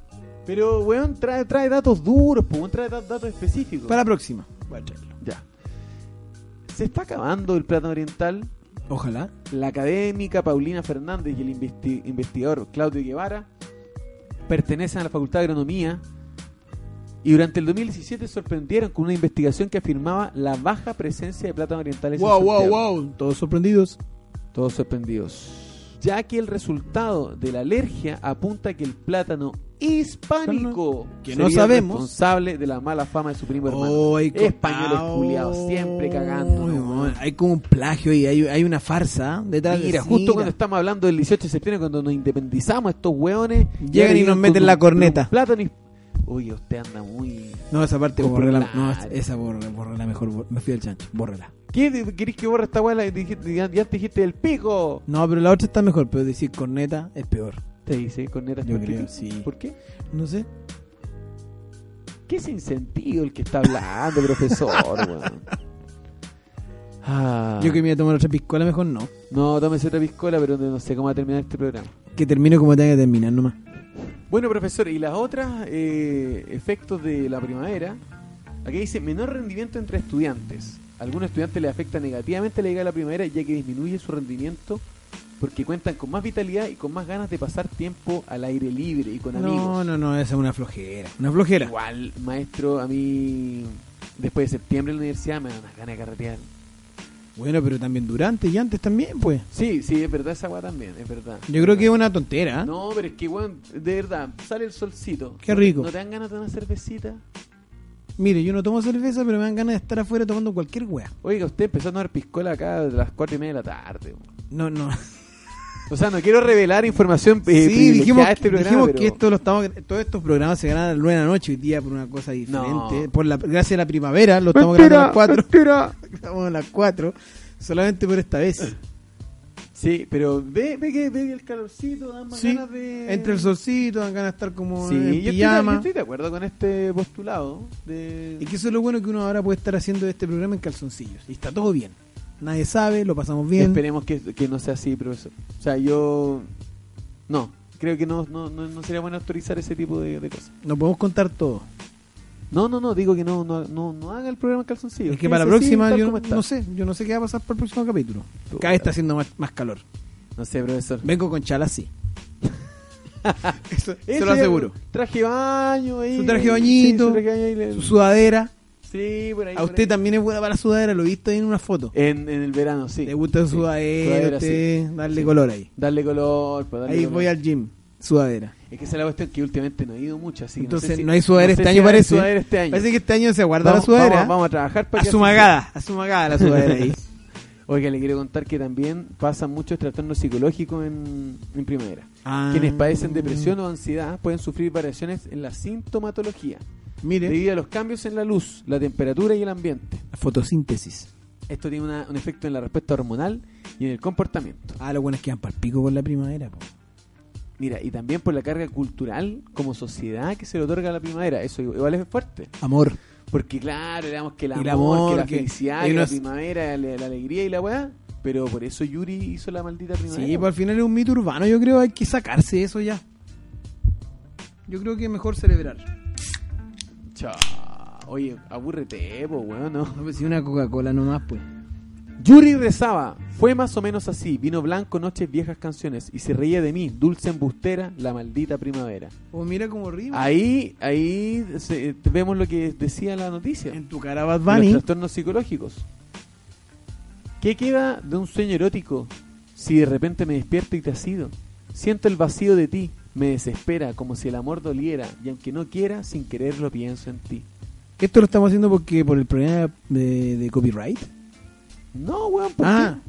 Speaker 4: Pero, weón, trae, trae datos duros, po, weón, trae da- datos específicos.
Speaker 5: Para la próxima. Voy a traerlo.
Speaker 4: Ya. Se está acabando el plátano oriental.
Speaker 5: Ojalá.
Speaker 4: La académica Paulina Fernández y el investi- investigador Claudio Guevara pertenecen a la Facultad de Agronomía y durante el 2017 sorprendieron con una investigación que afirmaba la baja presencia de plátanos orientales. en
Speaker 5: Wow, wow,
Speaker 4: Santiago.
Speaker 5: wow. Todos sorprendidos.
Speaker 4: Todos sorprendidos. Ya que el resultado de la alergia apunta a que el plátano hispánico
Speaker 5: Que
Speaker 4: sería
Speaker 5: no
Speaker 4: el
Speaker 5: sabemos.
Speaker 4: responsable de la mala fama de su primo hermano.
Speaker 5: Ay, co-
Speaker 4: Españoles
Speaker 5: ay,
Speaker 4: culiados, siempre cagando.
Speaker 5: ay,
Speaker 4: ¿no?
Speaker 5: bueno, hay como un plagio y hay, hay una farsa detrás
Speaker 4: Mira,
Speaker 5: de
Speaker 4: justo
Speaker 5: Mira.
Speaker 4: cuando estamos hablando del 18 de septiembre, cuando nos independizamos, estos hueones
Speaker 5: Llegan y nos meten
Speaker 4: con
Speaker 5: la
Speaker 4: un- con
Speaker 5: corneta.
Speaker 4: un plátano y- Uy, usted anda muy.
Speaker 5: No, esa parte borré la, no,
Speaker 4: Claro.
Speaker 5: esa borré, borré la mejor, bor- me fui al chancho, bórrela.
Speaker 4: ¿Qué de- querés que borre esta hueá? Ya te dijiste el pico.
Speaker 5: No, pero la otra está mejor, pero decir corneta es peor.
Speaker 4: Te dice corneta.
Speaker 5: Yo
Speaker 4: ¿por qué?
Speaker 5: creo, sí.
Speaker 4: ¿Por qué?
Speaker 5: No sé.
Speaker 4: Qué sin sentido el que está hablando, profesor, weón. Ah.
Speaker 5: Yo que me iba a tomar otra piscola, mejor no.
Speaker 4: No, tómese otra piscola, pero no sé cómo va a terminar este programa.
Speaker 5: Que termine como tenga que terminar nomás.
Speaker 4: Bueno, profesor, y las otras eh, efectos de la primavera. Aquí dice menor rendimiento entre estudiantes. A algunos estudiantes les afecta negativamente la llegada de la primavera ya que disminuye su rendimiento porque cuentan con más vitalidad y con más ganas de pasar tiempo al aire libre y con
Speaker 5: No,
Speaker 4: amigos.
Speaker 5: no, no, esa es una flojera. Una flojera.
Speaker 4: Igual, maestro, a mí después de septiembre en la universidad me dan unas ganas de carretear.
Speaker 5: Bueno, pero también durante y antes también, pues.
Speaker 4: Sí, sí, es verdad esa agua también, es verdad.
Speaker 5: Yo creo que es una tontera. ¿eh?
Speaker 4: No, pero es que, weón, de verdad, sale el solcito.
Speaker 5: Qué rico.
Speaker 4: ¿No te dan ganas de una cervecita?
Speaker 5: Mire, yo no tomo cerveza, pero me dan ganas de estar afuera tomando cualquier wea.
Speaker 4: Oiga, usted empezó a tomar piscola acá a las cuatro y media de la tarde. weón.
Speaker 5: No, no.
Speaker 4: O sea, no quiero revelar información eh,
Speaker 5: sí,
Speaker 4: privilegiada
Speaker 5: dijimos,
Speaker 4: de este programa,
Speaker 5: dijimos
Speaker 4: pero-
Speaker 5: que esto lo estamos, todos estos programas se ganan a las 9 de la noche hoy día por una cosa diferente. Por la, gracias a la primavera, lo estamos grabando a las 4. Estamos a las 4, solamente por esta vez.
Speaker 4: Sí, pero ve, ve que ve que el calorcito da más
Speaker 5: Sí,
Speaker 4: ganas de...
Speaker 5: Entre el solcito, dan ganas de estar como
Speaker 4: Sí,
Speaker 5: en
Speaker 4: yo estoy, de, yo
Speaker 5: pijama.
Speaker 4: estoy de acuerdo con este postulado de...
Speaker 5: Y que eso es lo bueno que uno ahora puede estar haciendo este programa en calzoncillos. Y está todo bien. Nadie sabe, lo pasamos bien.
Speaker 4: Esperemos que, que no sea así, profesor. O sea, yo... No, creo que no, no, no, no sería bueno autorizar ese tipo de, de cosas.
Speaker 5: Nos podemos contar todo.
Speaker 4: No, no, no, digo que no, no, no, no haga el programa en calzoncillo.
Speaker 5: Es que para la
Speaker 4: Quédese así,
Speaker 5: próxima,
Speaker 4: tal
Speaker 5: yo
Speaker 4: como
Speaker 5: no,
Speaker 4: está.
Speaker 5: no sé, yo no sé qué va a pasar para el próximo capítulo.
Speaker 4: Puta.
Speaker 5: Cada vez está haciendo más, más calor.
Speaker 4: No sé, profesor.
Speaker 5: Vengo con chala, sí. eso, eso
Speaker 4: Ese
Speaker 5: lo aseguro.
Speaker 4: Traje baño ahí.
Speaker 5: Su traje de bañito,
Speaker 4: Sí, su traje de baño ahí, le-
Speaker 5: Su sudadera.
Speaker 4: sí, por ahí.
Speaker 5: A
Speaker 4: por
Speaker 5: usted
Speaker 4: ahí.
Speaker 5: también es buena para la sudadera, lo he visto ahí en una foto.
Speaker 4: En, en el verano, sí.
Speaker 5: Le gusta su
Speaker 4: Sí,
Speaker 5: sudadera,
Speaker 4: sudadera,
Speaker 5: usted, darle
Speaker 4: Sí.
Speaker 5: color ahí.
Speaker 4: Darle color, pues, darle
Speaker 5: Ahí
Speaker 4: color.
Speaker 5: voy al gym, sudadera.
Speaker 4: Es que esa es la cuestión que últimamente no he ido mucho, así que
Speaker 5: Entonces
Speaker 4: no, sé si-
Speaker 5: no hay sudadera
Speaker 4: no sé
Speaker 5: este
Speaker 4: si
Speaker 5: año,
Speaker 4: va a haber
Speaker 5: parece.
Speaker 4: sudadera este año.
Speaker 5: Parece que este año se guarda
Speaker 4: Vamos-
Speaker 5: la sudadera.
Speaker 4: Vamos, vamos a trabajar para que
Speaker 5: asumagada, asumagada la sudadera ahí.
Speaker 4: Oiga, le quiero contar que también pasan muchos trastornos psicológicos en, en primavera.
Speaker 5: Ah.
Speaker 4: Quienes padecen depresión o ansiedad pueden sufrir variaciones en la sintomatología
Speaker 5: Mire,
Speaker 4: debido a los cambios en la luz, la temperatura y el ambiente.
Speaker 5: la fotosíntesis.
Speaker 4: Esto tiene una- un efecto en la respuesta hormonal y en el comportamiento.
Speaker 5: Ah, lo bueno es que van para el pico con la primavera. po.
Speaker 4: Mira, y también por la carga cultural como sociedad que se le otorga a la primavera. Eso igual es fuerte.
Speaker 5: Amor.
Speaker 4: Porque claro, le damos que el amor,
Speaker 5: El amor,
Speaker 4: que la
Speaker 5: que-
Speaker 4: felicidad,
Speaker 5: y
Speaker 4: que la
Speaker 5: nos-
Speaker 4: primavera, la, la alegría y la weá. Pero por eso Yuri hizo la maldita primavera.
Speaker 5: Sí, pues al final es un mito urbano, yo creo, hay que sacarse eso ya. Yo creo que es mejor celebrar.
Speaker 4: Chao. Oye, aburrete, po, weón, ¿no?
Speaker 5: No, pues si una Coca-Cola nomás, pues.
Speaker 4: Yuri rezaba. Fue más o menos así. Vino blanco, noches, viejas canciones. Y se reía de mí, dulce embustera, la maldita primavera.
Speaker 5: O Oh, mira como rima.
Speaker 4: Ahí, ahí se- vemos lo que decía la noticia.
Speaker 5: En tu cara Bad
Speaker 4: de los
Speaker 5: Bunny.
Speaker 4: trastornos psicológicos. ¿Qué queda de un sueño erótico si de repente me despierto y te has ido? Siento el vacío de ti, me desespera como si el amor doliera y aunque no quiera, sin querer lo pienso en ti.
Speaker 5: Esto lo estamos haciendo porque por el problema de, de copyright.
Speaker 4: No, weón, ¿por
Speaker 5: Ah.
Speaker 4: qué?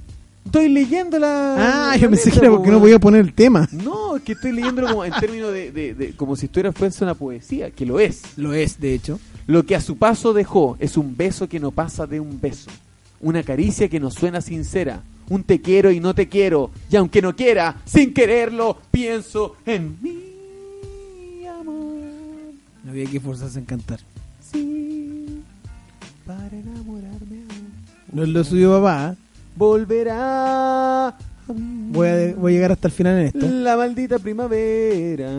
Speaker 4: Estoy leyendo la...
Speaker 5: Ah,
Speaker 4: la
Speaker 5: yo pensé que
Speaker 4: letra,
Speaker 5: era
Speaker 4: po,
Speaker 5: porque no
Speaker 4: weón.
Speaker 5: podía poner el tema.
Speaker 4: No, es que estoy leyéndolo como en términos de, de- de- como si estuviera fuese una poesía, que lo es.
Speaker 5: Lo es, de hecho.
Speaker 4: Lo que a su paso dejó es un beso que no pasa de un beso. Una caricia que nos suena sincera. Un te quiero y no te quiero. Y aunque no quiera, sin quererlo, pienso en mi amor.
Speaker 5: No había que forzarse en cantar.
Speaker 4: Sí, para enamorarme aún.
Speaker 5: No es lo suyo, papá. ¿eh?
Speaker 4: Volverá a mí
Speaker 5: Voy, a, voy a llegar hasta el final en esto.
Speaker 4: la maldita primavera.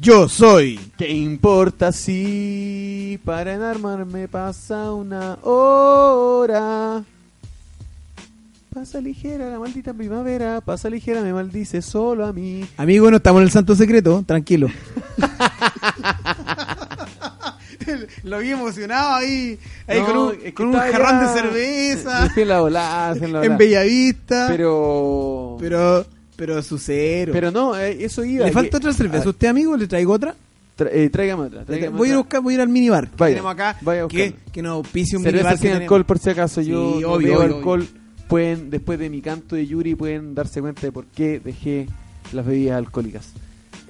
Speaker 5: Yo soy.
Speaker 4: ¿Qué importa si para enarmarme pasa una hora? Pasa ligera la maldita primavera, pasa ligera me maldice solo a mí.
Speaker 5: Amigo, no estamos en el santo secreto, tranquilo. Lo vi emocionado ahí, ahí
Speaker 4: No,
Speaker 5: con un,
Speaker 4: es que
Speaker 5: con un
Speaker 4: estaba
Speaker 5: jarrón
Speaker 4: ya-
Speaker 5: de cerveza,
Speaker 4: Es que la volá, es que la volá.
Speaker 5: en Bellavista, pero,
Speaker 4: Pero... pero...
Speaker 5: pero, su cero.
Speaker 4: no, eh, eso iba.
Speaker 5: ¿Le
Speaker 4: que-
Speaker 5: falta otra cerveza?
Speaker 4: Ah,
Speaker 5: ¿Usted, amigo, le traigo otra?
Speaker 4: tra- eh, tráigame otra.
Speaker 5: Este, Voy a,
Speaker 4: tráigame
Speaker 5: ir a
Speaker 4: otra.
Speaker 5: buscar, voy a ir al minibar. que
Speaker 4: Vaya,
Speaker 5: tenemos acá
Speaker 4: vaya a
Speaker 5: que,
Speaker 4: buscarla.
Speaker 5: que nos auspicia un
Speaker 4: Cerveza
Speaker 5: minibar. que
Speaker 4: sin
Speaker 5: tenemos.
Speaker 4: alcohol por si acaso, yo
Speaker 5: Sí,
Speaker 4: no
Speaker 5: obvio,
Speaker 4: bebo
Speaker 5: obvio,
Speaker 4: alcohol. Pueden, después de mi canto de Yuri, pueden darse cuenta de por qué dejé las bebidas alcohólicas.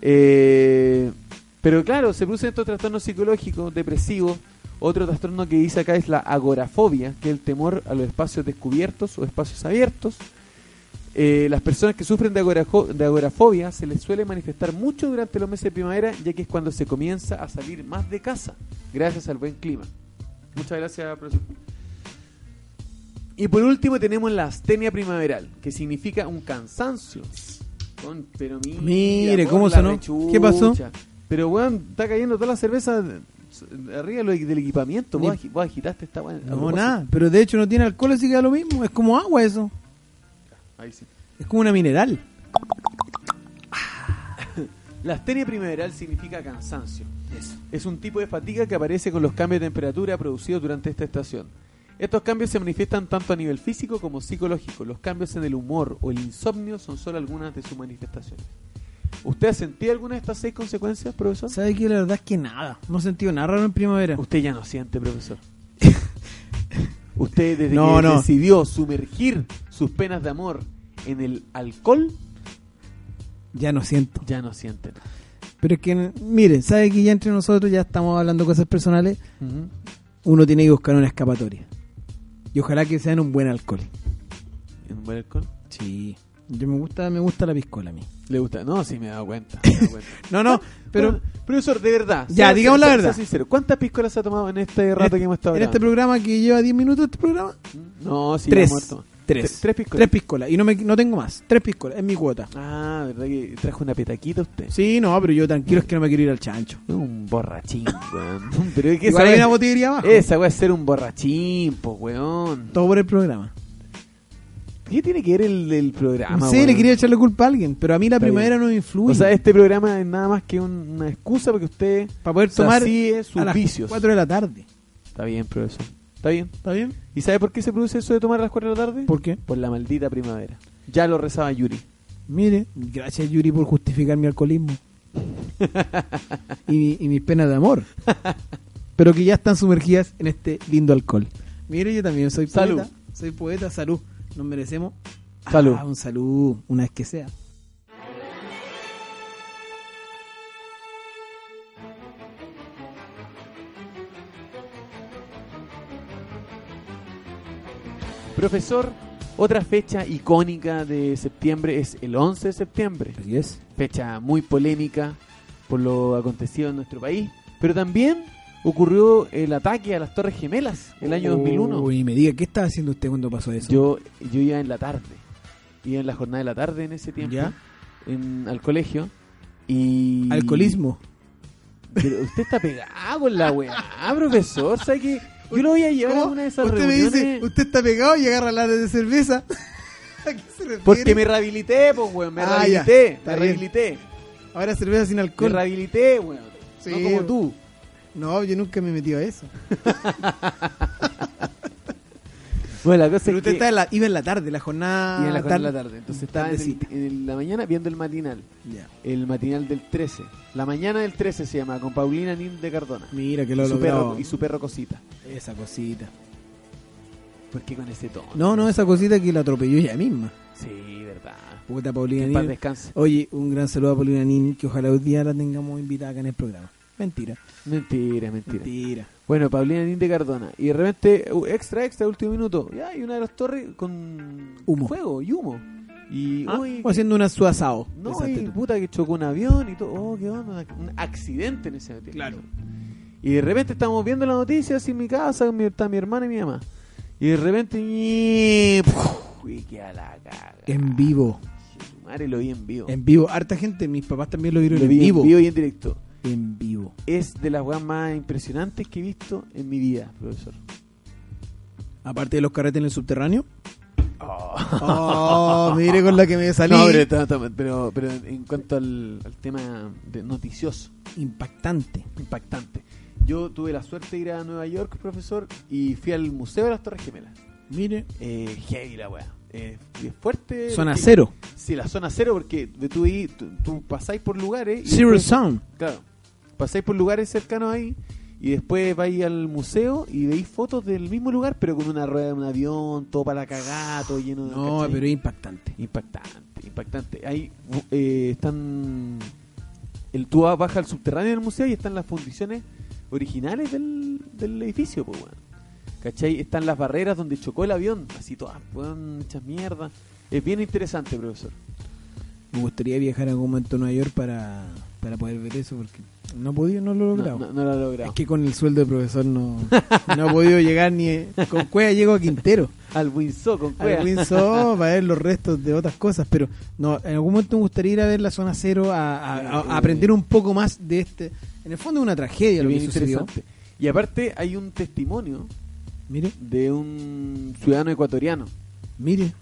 Speaker 4: Eh, pero claro, se producen estos trastornos psicológicos, depresivos. Otro trastorno que dice acá es la agorafobia, que es el temor a los espacios descubiertos o espacios abiertos. Eh, las personas que sufren de, agorajo- de agorafobia se les suele manifestar mucho durante los meses de primavera, ya que es cuando se comienza a salir más de casa, gracias al buen clima. Muchas gracias, profesor. Y por último tenemos la astenia primaveral, que significa un cansancio. Con- pero mira,
Speaker 5: Mire,
Speaker 4: por
Speaker 5: ¿cómo
Speaker 4: la
Speaker 5: sonó?
Speaker 4: rechucha.
Speaker 5: ¿Qué pasó?
Speaker 4: Pero weón, está cayendo toda la cerveza de- de arriba lo- del equipamiento.
Speaker 5: Ni-
Speaker 4: Vos, agi- vos agitaste esta weón.
Speaker 5: No, nada. Pero de hecho no tiene alcohol, así que da lo mismo. Es como agua eso.
Speaker 4: Ahí sí.
Speaker 5: Es como una mineral.
Speaker 4: La astenia primaveral significa cansancio. Es un tipo de fatiga que aparece con los cambios de temperatura producidos durante esta estación. Estos cambios se manifiestan tanto a nivel físico como psicológico. Los cambios en el humor o el insomnio son solo algunas de sus manifestaciones. ¿Usted ha sentido alguna de estas seis consecuencias, profesor?
Speaker 5: ¿Sabe qué? La verdad es que nada. No he sentido nada raro en primavera.
Speaker 4: Usted ya no siente, profesor. Usted desde
Speaker 5: No,
Speaker 4: que
Speaker 5: no.
Speaker 4: decidió sumergir sus penas de amor en el alcohol,
Speaker 5: Ya no siento.
Speaker 4: ya no siente. nada.
Speaker 5: Pero es que, mire, ¿sabe que ya entre nosotros ya estamos hablando cosas personales? Uno tiene que buscar una escapatoria. Y ojalá que sea en un buen alcohol.
Speaker 4: ¿En buen alcohol?
Speaker 5: Sí. Yo me gusta, me gusta la piscola a mí.
Speaker 4: ¿Le gusta? No, sí, me he dado cuenta. me he dado cuenta.
Speaker 5: No,
Speaker 4: Ah,
Speaker 5: no, pero
Speaker 4: Pero, profesor, de verdad.
Speaker 5: Ya,
Speaker 4: sea-
Speaker 5: digamos la
Speaker 4: sea-
Speaker 5: verdad.
Speaker 4: sea sincero, ¿cuántas piscolas ha tomado en este rato que hemos estado
Speaker 5: en este
Speaker 4: hablando?
Speaker 5: programa que lleva 10 minutos este programa,
Speaker 4: No, sí,
Speaker 5: tres,
Speaker 4: vamos a tomar.
Speaker 5: tres,
Speaker 4: Tre- Tres piscolas.
Speaker 5: Tres piscolas. Y no, me, no tengo más. Tres piscolas. Es mi cuota.
Speaker 4: ah, ¿verdad que trajo una petaquita usted?
Speaker 5: Sí, no, pero yo tranquilo es que no me quiero ir al chancho.
Speaker 4: Un borrachín, weón. Pero es que
Speaker 5: Igual hay
Speaker 4: wea-
Speaker 5: una botillería abajo.
Speaker 4: Esa weá es ser un borrachín, po, weón.
Speaker 5: Todo por el programa.
Speaker 4: ¿Qué tiene que ver el, el programa?
Speaker 5: no sé,
Speaker 4: weón?
Speaker 5: le quería echar la culpa a alguien, pero a mí la
Speaker 4: Está
Speaker 5: primavera
Speaker 4: bien.
Speaker 5: no me influye.
Speaker 4: O sea, este programa es nada más que un- una excusa para que usted
Speaker 5: para poder tomar
Speaker 4: sacie sus
Speaker 5: a las
Speaker 4: vicios.
Speaker 5: 4 de la tarde.
Speaker 4: Está bien, profesor. Está bien.
Speaker 5: ¿Está bien?
Speaker 4: ¿Y sabe por qué se produce eso de tomar a las 4 de la tarde?
Speaker 5: ¿Por qué?
Speaker 4: Por la maldita primavera. Ya lo rezaba Yuri.
Speaker 5: Mire, gracias Yuri por justificar mi alcoholismo y, mi- y mis penas de amor, pero que ya están sumergidas en este lindo alcohol. Mire, yo también soy
Speaker 4: Salud.
Speaker 5: poeta, soy poeta, salud, nos merecemos ah,
Speaker 4: Salud.
Speaker 5: un salud, una vez que sea.
Speaker 4: Profesor, otra fecha icónica de septiembre es el 11 de septiembre.
Speaker 5: Así es.
Speaker 4: Fecha muy polémica por lo acontecido en nuestro país. Pero también ocurrió el ataque a las Torres Gemelas el año 2001.
Speaker 5: Uy, me diga, ¿qué estaba haciendo usted cuando pasó eso?
Speaker 4: Yo, yo iba en la tarde, iba en la jornada de la tarde en ese tiempo
Speaker 5: ¿Ya?
Speaker 4: en- al colegio. Y...
Speaker 5: Alcoholismo.
Speaker 4: Pero usted está pegado con la weá, profesor. ¿Sabe que Yo lo voy a llevar a
Speaker 5: ¿Cómo?
Speaker 4: una de esas
Speaker 5: usted
Speaker 4: reuniones.
Speaker 5: me dice, usted está pegado y agarra la de cerveza. ¿A qué se refiere?
Speaker 4: Porque me rehabilité, pues, weón. Me
Speaker 5: Ah, ya.
Speaker 4: rehabilité.
Speaker 5: Está
Speaker 4: Me
Speaker 5: bien.
Speaker 4: rehabilité.
Speaker 5: Ahora cerveza sin
Speaker 4: Me
Speaker 5: alcohol.
Speaker 4: rehabilité, weón.
Speaker 5: Sí,
Speaker 4: no como tú.
Speaker 5: No, yo nunca me he metido a eso.
Speaker 4: Bueno, la cosa
Speaker 5: Pero
Speaker 4: es
Speaker 5: usted
Speaker 4: que
Speaker 5: está en la- iba en la tarde, la jornada.
Speaker 4: iba en la jornada de la
Speaker 5: tar-
Speaker 4: tarde. Entonces estaba en, el-
Speaker 5: tardecita.
Speaker 4: en la mañana viendo el matinal.
Speaker 5: Ya.
Speaker 4: El matinal del 13. La mañana del 13 se llama, con Paulina Nin de Cardona.
Speaker 5: Mira que lo
Speaker 4: Y su,
Speaker 5: logró.
Speaker 4: perro, y su perro Cosita.
Speaker 5: Esa cosita.
Speaker 4: ¿Por qué con ese tono?
Speaker 5: No, no, esa cosita que la atropelló ella misma.
Speaker 4: Sí, verdad.
Speaker 5: Puta
Speaker 4: Que
Speaker 5: Paulina
Speaker 4: en paz
Speaker 5: Nin.
Speaker 4: descanse.
Speaker 5: Oye, un gran saludo a Paulina Nin, que ojalá un día la tengamos invitada acá en el programa. Mentira.
Speaker 4: Mentira, mentira.
Speaker 5: Mentira.
Speaker 4: Bueno, Paulina Nin de Cardona. Y de repente, uh, extra, extra, último minuto. Ya, y una de las torres con
Speaker 5: Humo.
Speaker 4: fuego y humo. Y,
Speaker 5: Ah,
Speaker 4: uy,
Speaker 5: o haciendo una su asado.
Speaker 4: no,
Speaker 5: Pensaste
Speaker 4: y
Speaker 5: tú.
Speaker 4: puta que chocó un avión y todo. Oh, qué onda, un accidente en ese tiempo.
Speaker 5: Claro.
Speaker 4: Y de repente estamos viendo las noticias en mi casa, mi, está mi hermana y mi mamá. Y de repente, ñe, puf, y queda la caga.
Speaker 5: En vivo.
Speaker 4: Su madre lo vi en vivo.
Speaker 5: En vivo. Harta gente, mis papás también lo vieron
Speaker 4: lo
Speaker 5: en
Speaker 4: vi
Speaker 5: vivo.
Speaker 4: en vivo y en directo.
Speaker 5: En vivo.
Speaker 4: Es de las weas más impresionantes que he visto en mi vida, profesor.
Speaker 5: Aparte de los carretes en el subterráneo. Oh, mire con la que me salí.
Speaker 4: Ah. No, pero, está- está- pero- pero en cuanto al, al tema de noticioso,
Speaker 5: Impactante.
Speaker 4: impactante. Yo tuve la suerte de ir a Nueva York, profesor, y fui al Museo de las Torres Gemelas.
Speaker 5: Mire.
Speaker 4: Eh, heavy la wea. Eh, es fuerte.
Speaker 5: Zona
Speaker 4: porque-
Speaker 5: cero.
Speaker 4: Sí, la zona cero, porque tú, ahí- tú, tú pasáis por lugares. y
Speaker 5: Zero
Speaker 4: después-
Speaker 5: Sound.
Speaker 4: Claro. Pasáis por lugares cercanos ahí y después vais al museo y veis fotos del mismo lugar, pero con una rueda de un avión, todo para la cagada, todo lleno de.
Speaker 5: No,
Speaker 4: ¿cachai?
Speaker 5: pero es impactante.
Speaker 4: Impactante, impactante. Ahí bu- eh, están. El, tú vas- bajas al subterráneo del museo y están las fundiciones originales del, del edificio, pues, weón. ¿Cachai? Están las barreras donde chocó el avión, así todas, weón, muchas mierdas. Es bien interesante, profesor.
Speaker 5: Me gustaría viajar en algún momento a Nueva York para, para poder ver eso porque no he podido, no lo he
Speaker 4: No,
Speaker 5: logrado.
Speaker 4: no- no lo ha logrado.
Speaker 5: Es que con el sueldo de profesor no, no he podido llegar ni. Con Cueva llego a Quintero,
Speaker 4: Al Windsor con cueva.
Speaker 5: al Windsor, para ver los restos de otras cosas. Pero no, en algún momento me gustaría ir a ver la zona cero, a, a- a- a aprender un poco más de este. En el fondo es una tragedia
Speaker 4: Es
Speaker 5: lo
Speaker 4: bien
Speaker 5: que sucedió.
Speaker 4: interesante. Y aparte hay un testimonio
Speaker 5: Mire,
Speaker 4: de un ciudadano ecuatoriano.
Speaker 5: mire,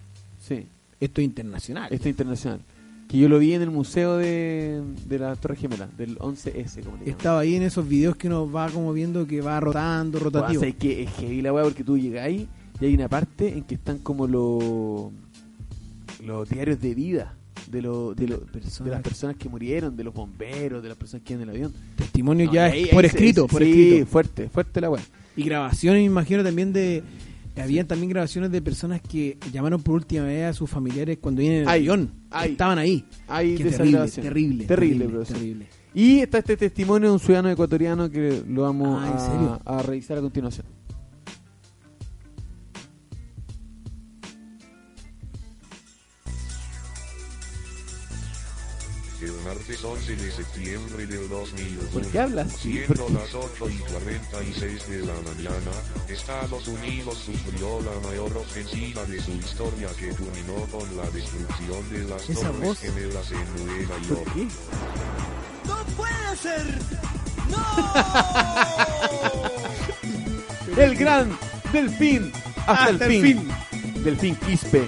Speaker 4: Sí.
Speaker 5: esto es internacional.
Speaker 4: Este internacional. Que yo lo vi en el museo de, de la Torre Gemela, del 11S, como le llaman.
Speaker 5: Estaba ahí en esos videos que uno va como viendo que va rotando, rotativo.
Speaker 4: O sea, es que es heavy la weá porque tú llegas ahí y hay una parte en que están como los los diarios de vida de, lo- de, lo- de las personas que murieron, de los bomberos, de las personas que iban en el avión.
Speaker 5: Testimonio
Speaker 4: No,
Speaker 5: ya
Speaker 4: y ahí-
Speaker 5: por
Speaker 4: ahí se-
Speaker 5: escrito, por
Speaker 4: sí,
Speaker 5: escrito.
Speaker 4: fuerte, fuerte la weá.
Speaker 5: Y grabaciones, me imagino también de. Habían también grabaciones de personas que llamaron por última vez a sus familiares cuando vienen en
Speaker 4: Ay,
Speaker 5: avión.
Speaker 4: ay.
Speaker 5: Estaban ahí.
Speaker 4: Hay
Speaker 5: Qué
Speaker 4: de esas
Speaker 5: terrible,
Speaker 4: grabaciones.
Speaker 5: terrible,
Speaker 4: terrible,
Speaker 5: terrible,
Speaker 4: profesor.
Speaker 5: terrible.
Speaker 4: Y está este testimonio de un ciudadano ecuatoriano que lo vamos
Speaker 5: Ah, ¿en
Speaker 4: a-
Speaker 5: serio?
Speaker 4: a revisar a continuación.
Speaker 8: El martes 11 de septiembre del 2001.
Speaker 4: ¿Por qué hablas así?
Speaker 8: Siendo las 8 y 46 de la mañana, Estados Unidos sufrió la mayor ofensiva de su historia que culminó con la destrucción de las
Speaker 5: Esa
Speaker 8: Torres
Speaker 5: voz.
Speaker 8: Gemelas en Nueva
Speaker 4: ¿Por
Speaker 8: York.
Speaker 4: qué?
Speaker 6: ¡No puede ser! ¡No!
Speaker 4: El gran Delfín hasta,
Speaker 5: Hasta
Speaker 4: el,
Speaker 5: el
Speaker 4: fin. Delfín Quispe,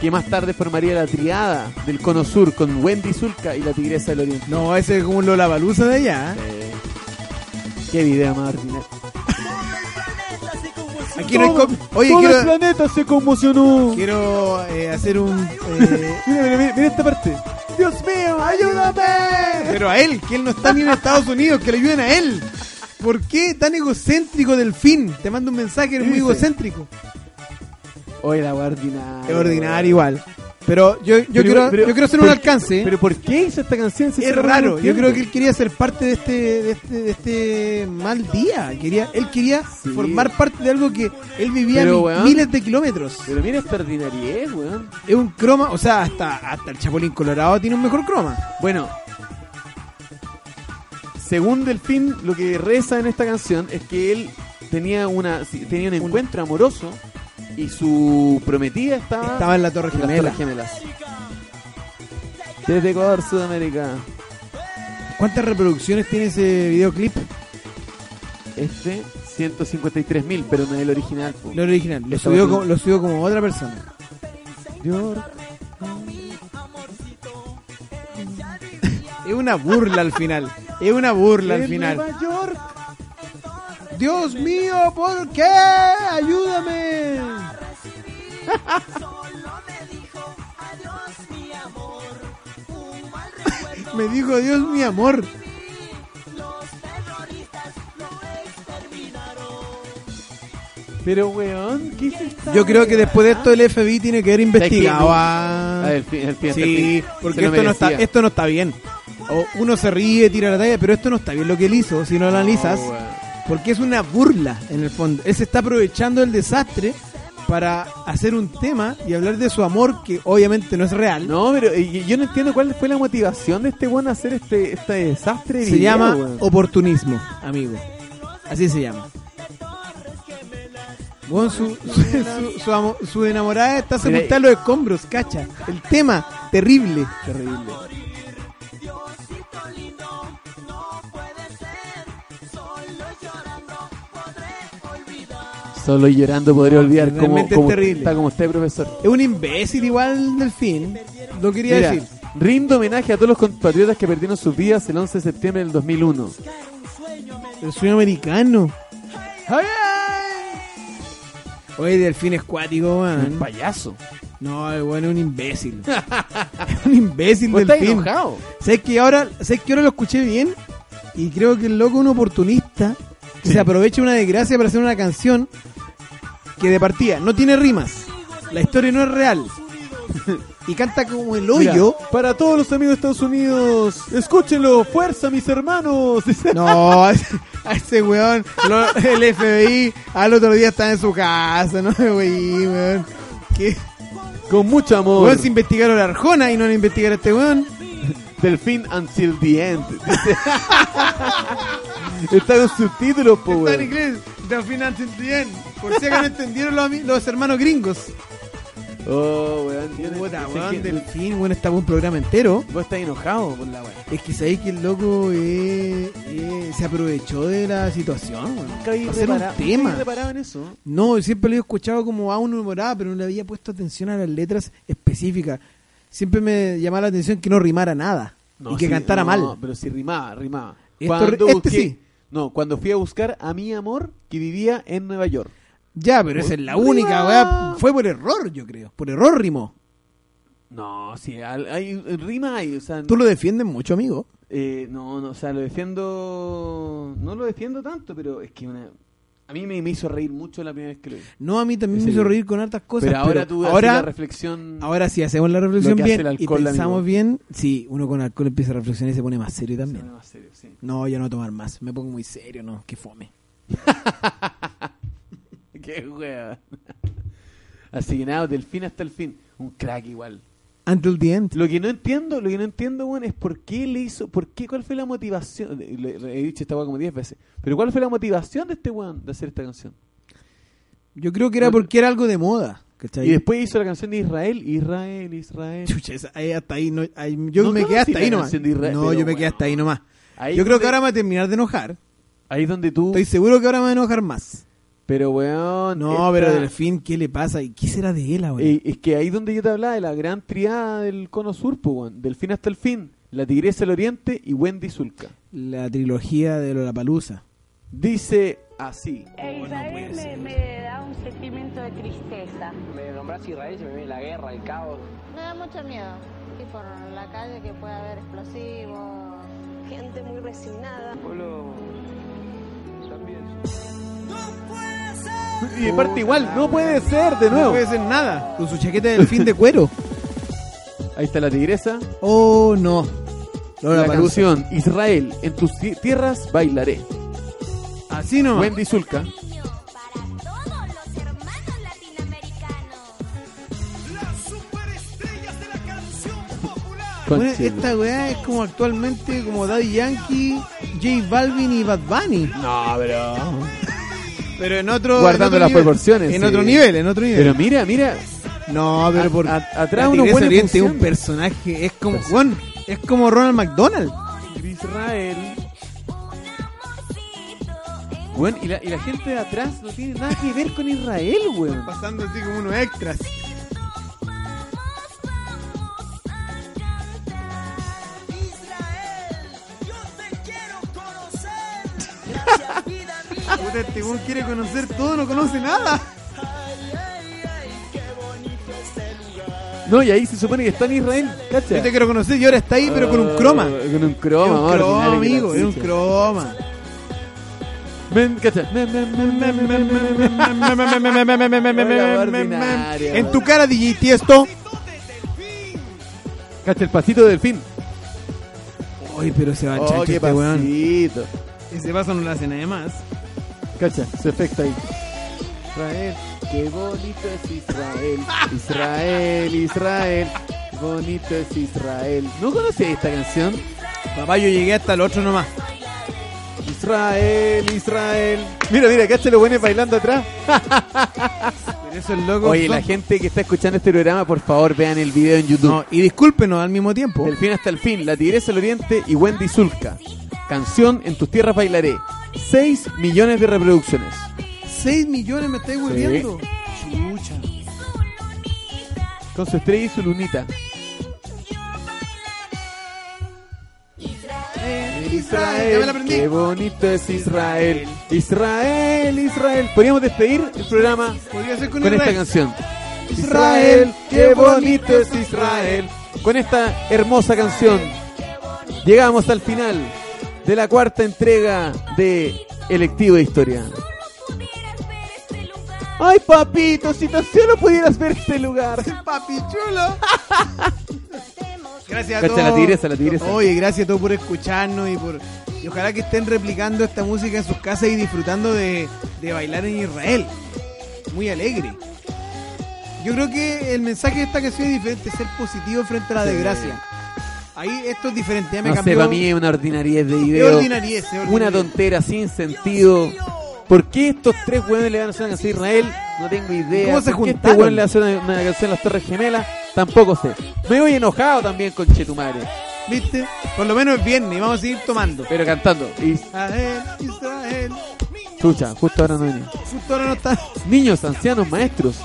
Speaker 4: que más tarde formaría la triada del Cono Sur con Wendy Zulka y la Tigresa del Oriente.
Speaker 5: No, ese es como un Lollapalooza de allá. ¿eh?
Speaker 4: Qué video más ordinario.
Speaker 5: Aquí no hay
Speaker 4: Todo-
Speaker 5: cop- Oye,
Speaker 4: todo el
Speaker 5: quiero,
Speaker 4: planeta se conmocionó.
Speaker 5: quiero eh, hacer un. eh,
Speaker 4: Mira, mira, mira, mira esta parte. Dios mío, ayúdame.
Speaker 5: pero a él, que él no está ni en Estados Unidos, que le ayuden a él. ¿Por qué tan egocéntrico del fin? Te mando un mensaje, eres muy
Speaker 4: Dice.
Speaker 5: egocéntrico.
Speaker 4: Oye, la ordinaria.
Speaker 5: Es ordinario igual. Pero yo, yo, quiero, yo quiero hacer un alcance. ¿eh?
Speaker 4: Pero ¿por qué hizo esta canción? Si
Speaker 5: Es
Speaker 4: esta weá no
Speaker 5: raro, yo
Speaker 4: entiendo.
Speaker 5: creo que él quería ser parte de este, de este, de este mal día. Quería, él quería
Speaker 4: Sí.
Speaker 5: formar parte de algo que él vivía
Speaker 4: Pero,
Speaker 5: mi-
Speaker 4: weón.
Speaker 5: miles de kilómetros.
Speaker 4: Pero mira esta ordinariedad, weón.
Speaker 5: Es un croma, o sea, hasta, hasta el Chapulín Colorado tiene un mejor croma.
Speaker 4: Bueno, según Delfín, lo que reza en esta canción es que él tenía una sí, tenía un encuentro amoroso y su prometida estaba,
Speaker 5: Estaba en la Torre
Speaker 4: en las
Speaker 5: Gemela.
Speaker 4: Torres Gemelas. Desde Ecuador, Sudamérica.
Speaker 5: ¿Cuántas reproducciones tiene ese videoclip?
Speaker 4: Este, 153.000, pero no es el original. po.
Speaker 5: Lo original, lo
Speaker 4: Estaba
Speaker 5: subió,
Speaker 4: haciendo-
Speaker 5: como, lo subió como otra persona. Es una burla al final. Es una burla al
Speaker 4: En
Speaker 5: final.
Speaker 4: Nueva York.
Speaker 5: Dios mío, ¿por qué? Ayúdame. Me dijo Dios mi amor.
Speaker 4: Pero, weón, ¿qué es esta
Speaker 5: Yo creo que
Speaker 4: weá?
Speaker 5: después de esto el FBI tiene que haber investigado
Speaker 4: A
Speaker 5: a...
Speaker 4: Ah, Delfín, Delfín,
Speaker 5: Sí,
Speaker 4: Delfín. Se
Speaker 5: porque
Speaker 4: lo
Speaker 5: esto no, está,
Speaker 4: merecía.
Speaker 5: esto no está bien. o uno se ríe, tira la talla, pero esto no está bien lo que él hizo, si no lo analizas, porque es una burla en el fondo. Él se está aprovechando del desastre para hacer un tema y hablar de su amor, que obviamente no es real.
Speaker 4: No, pero eh, yo no entiendo cuál fue la motivación de este weón a hacer este, este desastre. de
Speaker 5: se
Speaker 4: video,
Speaker 5: llama
Speaker 4: weón.
Speaker 5: oportunismo, amigo. Así se llama. Bueno, su, su, su- su amo- su enamorada está sepultada en los escombros, cacha. El tema, terrible. Terrible.
Speaker 4: Solo llorando podría olvidar
Speaker 5: Realmente
Speaker 4: cómo, cómo
Speaker 5: es terrible.
Speaker 4: está como usted, profesor.
Speaker 5: Es un imbécil igual del fin. Lo quería
Speaker 4: Mira,
Speaker 5: decir.
Speaker 4: rindo homenaje a todos los compatriotas que perdieron sus vidas el 11 de septiembre del 2001.
Speaker 5: El sueño americano. Oye, Delfín es cuático,
Speaker 4: Un
Speaker 5: weón.
Speaker 4: payaso.
Speaker 5: No, el weón es un imbécil. es un imbécil
Speaker 4: ¿Vos estás
Speaker 5: Delfín.
Speaker 4: enojado?
Speaker 5: ¿Sabes que ahora, sabes que ahora lo escuché bien? Y creo que el loco es un oportunista que se aprovecha una desgracia para hacer una canción que de partida no tiene rimas. La historia no es real. y canta como el hoyo.
Speaker 4: Mira, para todos los amigos de Estados Unidos, escúchenlo, fuerza mis hermanos. Dice,
Speaker 5: No, a ese- a ese weón, lo- el FBI al otro día está en su casa, no me weí, weón. ¿Qué?
Speaker 4: Con mucho amor.
Speaker 5: Weón se investigaron a Arjona y no le investigaron a este weón.
Speaker 4: Delfín until the end. dice. Está con subtítulos, po,
Speaker 5: Está en
Speaker 4: weón.
Speaker 5: inglés, The Financial The End. Por si acá no entendieron los, ami- los hermanos gringos.
Speaker 4: Oh, weón. yo no-
Speaker 5: Puta,
Speaker 4: sé
Speaker 5: weón,
Speaker 4: que-
Speaker 5: Delfín, weón, estaba un programa entero.
Speaker 4: Vos estás enojado por la weón.
Speaker 5: Es que sabéis que el loco eh, eh, se aprovechó de la situación, weón. Para hacer un tema.
Speaker 4: en eso?
Speaker 5: No, siempre lo he escuchado como a una humorada, pero no le había puesto atención a las letras específicas. Siempre me llamaba la atención que no rimara nada y que
Speaker 4: sí,
Speaker 5: cantara
Speaker 4: no,
Speaker 5: mal.
Speaker 4: pero sí rimaba, rimaba.
Speaker 5: Esto- este sí.
Speaker 4: No, cuando fui a buscar a mi amor que vivía en Nueva York.
Speaker 5: Ya, pero esa es la única, weá. Fue por error, yo creo. Por error rimó.
Speaker 4: No, sí, al- hay, rima hay, o sea,
Speaker 5: Tú lo defiendes mucho, amigo.
Speaker 4: eh, no, no, o sea, lo defiendo, no lo defiendo tanto, pero es que una, a mí me, me hizo reír mucho la primera vez que lo vi.
Speaker 5: No, a mí también
Speaker 4: Ese
Speaker 5: me hizo
Speaker 4: bien.
Speaker 5: reír con hartas cosas.
Speaker 4: pero ahora tú haces la
Speaker 5: ahora,
Speaker 4: reflexión,
Speaker 5: ahora sí hacemos la reflexión
Speaker 4: Lo que hace
Speaker 5: bien
Speaker 4: el
Speaker 5: y
Speaker 4: alcohol,
Speaker 5: pensamos
Speaker 4: amigo.
Speaker 5: bien. Sí, uno con alcohol empieza a reflexionar y se pone más serio
Speaker 4: se pone
Speaker 5: también.
Speaker 4: más serio, sí.
Speaker 5: No, yo no voy a tomar más. Me pongo muy serio, no. Qué fome.
Speaker 4: Qué hueva. Así que nada, del fin hasta el fin, un crack igual.
Speaker 5: Until the end.
Speaker 4: Lo que no entiendo, lo que no entiendo, weón, es por qué le hizo, por qué, cuál fue la motivación. Le- le- le he dicho esta weón como 10 veces, pero cuál fue la motivación de este weón de hacer esta canción.
Speaker 5: Yo creo que era porque era algo de moda. ¿cachai?
Speaker 4: Y después hizo la canción de Israel, Israel, Israel.
Speaker 5: Chucha, esa- ahí hasta ahí no, ahí- yo
Speaker 4: No
Speaker 5: me quedé
Speaker 4: conocí
Speaker 5: hasta
Speaker 4: la
Speaker 5: ahí nomás.
Speaker 4: canción de Israel,
Speaker 5: No,
Speaker 4: pero
Speaker 5: yo me quedé
Speaker 4: bueno.
Speaker 5: hasta ahí nomás.
Speaker 4: Ahí
Speaker 5: yo creo que
Speaker 4: donde-
Speaker 5: ahora me voy a terminar de enojar.
Speaker 4: Ahí es donde tú.
Speaker 5: Estoy seguro que ahora me voy a enojar más.
Speaker 4: Pero weón.
Speaker 5: No,
Speaker 4: esta-
Speaker 5: pero Delfín, ¿qué le pasa? ¿Y qué será de él ahora?
Speaker 4: Eh, es que ahí donde yo te hablaba de la gran triada del cono sur, po, weón. Del fin hasta el fin. La tigresa del oriente y Wendy Zulka.
Speaker 5: La trilogía de Lollapalooza.
Speaker 4: Dice así.
Speaker 9: E Israel me, me da un sentimiento de tristeza.
Speaker 10: Me nombras Israel, se me viene la guerra, el caos.
Speaker 9: Me da mucho miedo. Y por la calle que puede haber explosivos. Gente muy resignada.
Speaker 10: Pueblo. también.
Speaker 4: Y parte igual, no puede ser, de
Speaker 5: No
Speaker 4: nuevo.
Speaker 5: puede ser nada. Con su chaqueta de Delfín de cuero.
Speaker 4: Ahí está la tigresa.
Speaker 5: Oh, no.
Speaker 4: La
Speaker 5: Lollapalooza.
Speaker 4: canción Israel, en tus ti- tierras bailaré.
Speaker 5: Así nomás.
Speaker 4: Wendy Zulka.
Speaker 9: Para todos los hermanos latinoamericanos.
Speaker 6: Las superestrellas de la canción popular.
Speaker 5: Bueno,
Speaker 4: Conche,
Speaker 5: esta weá es como actualmente como Daddy Yankee, J Balvin y Bad Bunny.
Speaker 4: No, pero.
Speaker 5: Pero en otro
Speaker 4: Guardando
Speaker 5: en otro
Speaker 4: las
Speaker 5: nivel.
Speaker 4: proporciones,
Speaker 5: En
Speaker 4: sí.
Speaker 5: otro nivel, en otro nivel.
Speaker 4: Pero mira, mira.
Speaker 5: No, pero
Speaker 4: A-
Speaker 5: por
Speaker 4: a- atrás
Speaker 5: la
Speaker 4: uno
Speaker 5: Tigresa
Speaker 4: pone
Speaker 5: Oriente es un
Speaker 4: función.
Speaker 5: personaje, es como Juan, es como Ronald McDonald.
Speaker 4: Israel. Bueno, y la, y la gente de atrás no tiene nada que ver con Israel, weón.
Speaker 5: Pasando así como unos extras.
Speaker 6: Israel, yo te quiero conocer.
Speaker 5: Puta, este weón quiere conocer todo, no conoce nada.
Speaker 4: No, y ahí se supone que está en Israel, ¿cacha?
Speaker 5: Yo te quiero conocer y ahora está ahí, pero con un
Speaker 4: Ah,
Speaker 5: croma.
Speaker 4: Con un croma,
Speaker 5: Era un Oh, croma,
Speaker 4: ordinario que la
Speaker 5: amigo, era un
Speaker 4: chucha.
Speaker 5: croma.
Speaker 4: Men, ¿cacha? Men, men, men, men, men, men, men, men, men. ordinaria,
Speaker 5: En tu
Speaker 4: weón.
Speaker 5: cara, DJ Tiesto.
Speaker 4: ¿Cacha el pasito del fin?
Speaker 5: Oye, pero se va a chancho
Speaker 11: Oh, qué
Speaker 5: este weón.
Speaker 11: pasito.
Speaker 5: Ese paso no lo hace nadie más.
Speaker 11: Cacha, se afecta ahí. Israel, qué bonito es Israel. Israel, Israel, bonito es Israel. ¿No conoces esta canción?
Speaker 5: Papá, yo llegué hasta el otro nomás.
Speaker 11: Israel, Israel. Mira, mira,
Speaker 5: este
Speaker 11: cacha lo bueno bailando atrás.
Speaker 5: Pero eso es loco.
Speaker 4: Oye, la gente que está escuchando este programa, por favor, vean el video en YouTube.
Speaker 5: No, y discúlpenos al mismo tiempo.
Speaker 4: Del fin hasta el fin, La Tigresa del Oriente y Wendy Zulka. Canción En tus tierras bailaré. 6 millones de reproducciones.
Speaker 5: 6 millones me estáis volviendo. Chucha.
Speaker 4: Con su estrella y su lunita.
Speaker 5: Israel, ya me la aprendí.
Speaker 4: qué bonito es Israel. Israel, Israel. Podríamos despedir el programa
Speaker 5: Podría ser con,
Speaker 4: con esta
Speaker 5: Israel.
Speaker 4: canción. Israel, qué bonito es Israel. Con esta hermosa canción llegamos al final de la cuarta entrega de Electivo de Historia. Ay, papito, si tan solo pudieras ver este lugar.
Speaker 5: Papi chulo. gracias a
Speaker 4: Cacha,
Speaker 5: todos.
Speaker 4: la tigresa, la tigresa.
Speaker 5: Oye, gracias a todos por escucharnos y por. Y ojalá que estén replicando esta música en sus casas y disfrutando de, de bailar en Israel. Muy alegre. Yo creo que el mensaje de esta canción es diferente, ser positivo frente a la desgracia. Ahí esto es diferente, ya me
Speaker 4: No
Speaker 5: cambió.
Speaker 4: sé, para mí es una ordinariedad de
Speaker 5: Qué
Speaker 4: video.
Speaker 5: ordinariez, qué
Speaker 4: Una
Speaker 5: ordinariez.
Speaker 4: tontera sin sentido. ¿Por qué estos tres hueones le van a hacer una canción a Israel? No tengo idea.
Speaker 5: ¿Cómo se
Speaker 4: ¿Por qué este
Speaker 5: juntaron?
Speaker 4: hueón le hace una, una canción a las Torres Gemelas? Tampoco sé. Me voy enojado también con Chetumare.
Speaker 5: ¿Viste? Por lo menos es viernes y vamos a seguir tomando.
Speaker 4: Pero cantando. Y
Speaker 5: Israel, Israel.
Speaker 4: chucha, justo ahora no venía.
Speaker 5: Justo ahora no está.
Speaker 4: Niños, ancianos, maestros.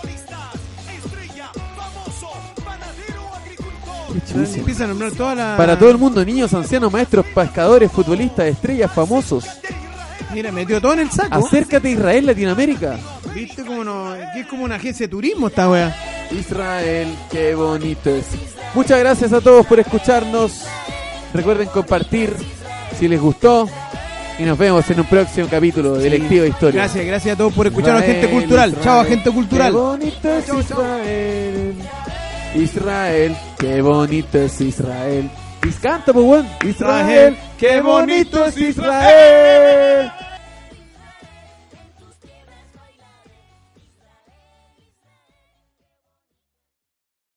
Speaker 5: Empieza a nombrar toda la.
Speaker 4: Para todo el mundo, niños, ancianos, maestros, pescadores, futbolistas, estrellas, famosos.
Speaker 5: Mira, metió todo en el saco.
Speaker 4: Acércate a Israel, Latinoamérica.
Speaker 5: ¿Viste cómo no? Aquí es como una agencia de turismo esta wea.
Speaker 4: Israel, qué bonito es. Muchas gracias a todos por escucharnos. Recuerden compartir si les gustó. Y nos vemos en un próximo capítulo de Electivo de Historia.
Speaker 5: Gracias, gracias a todos por escuchar a Agente
Speaker 4: Israel,
Speaker 5: Cultural.
Speaker 4: Israel,
Speaker 5: Chao, Agente Cultural.
Speaker 4: Qué bonito es
Speaker 5: Chao, chao.
Speaker 4: Israel. Israel, qué bonito es Israel. Y canta, pues, weón. Israel, qué bonito es Israel.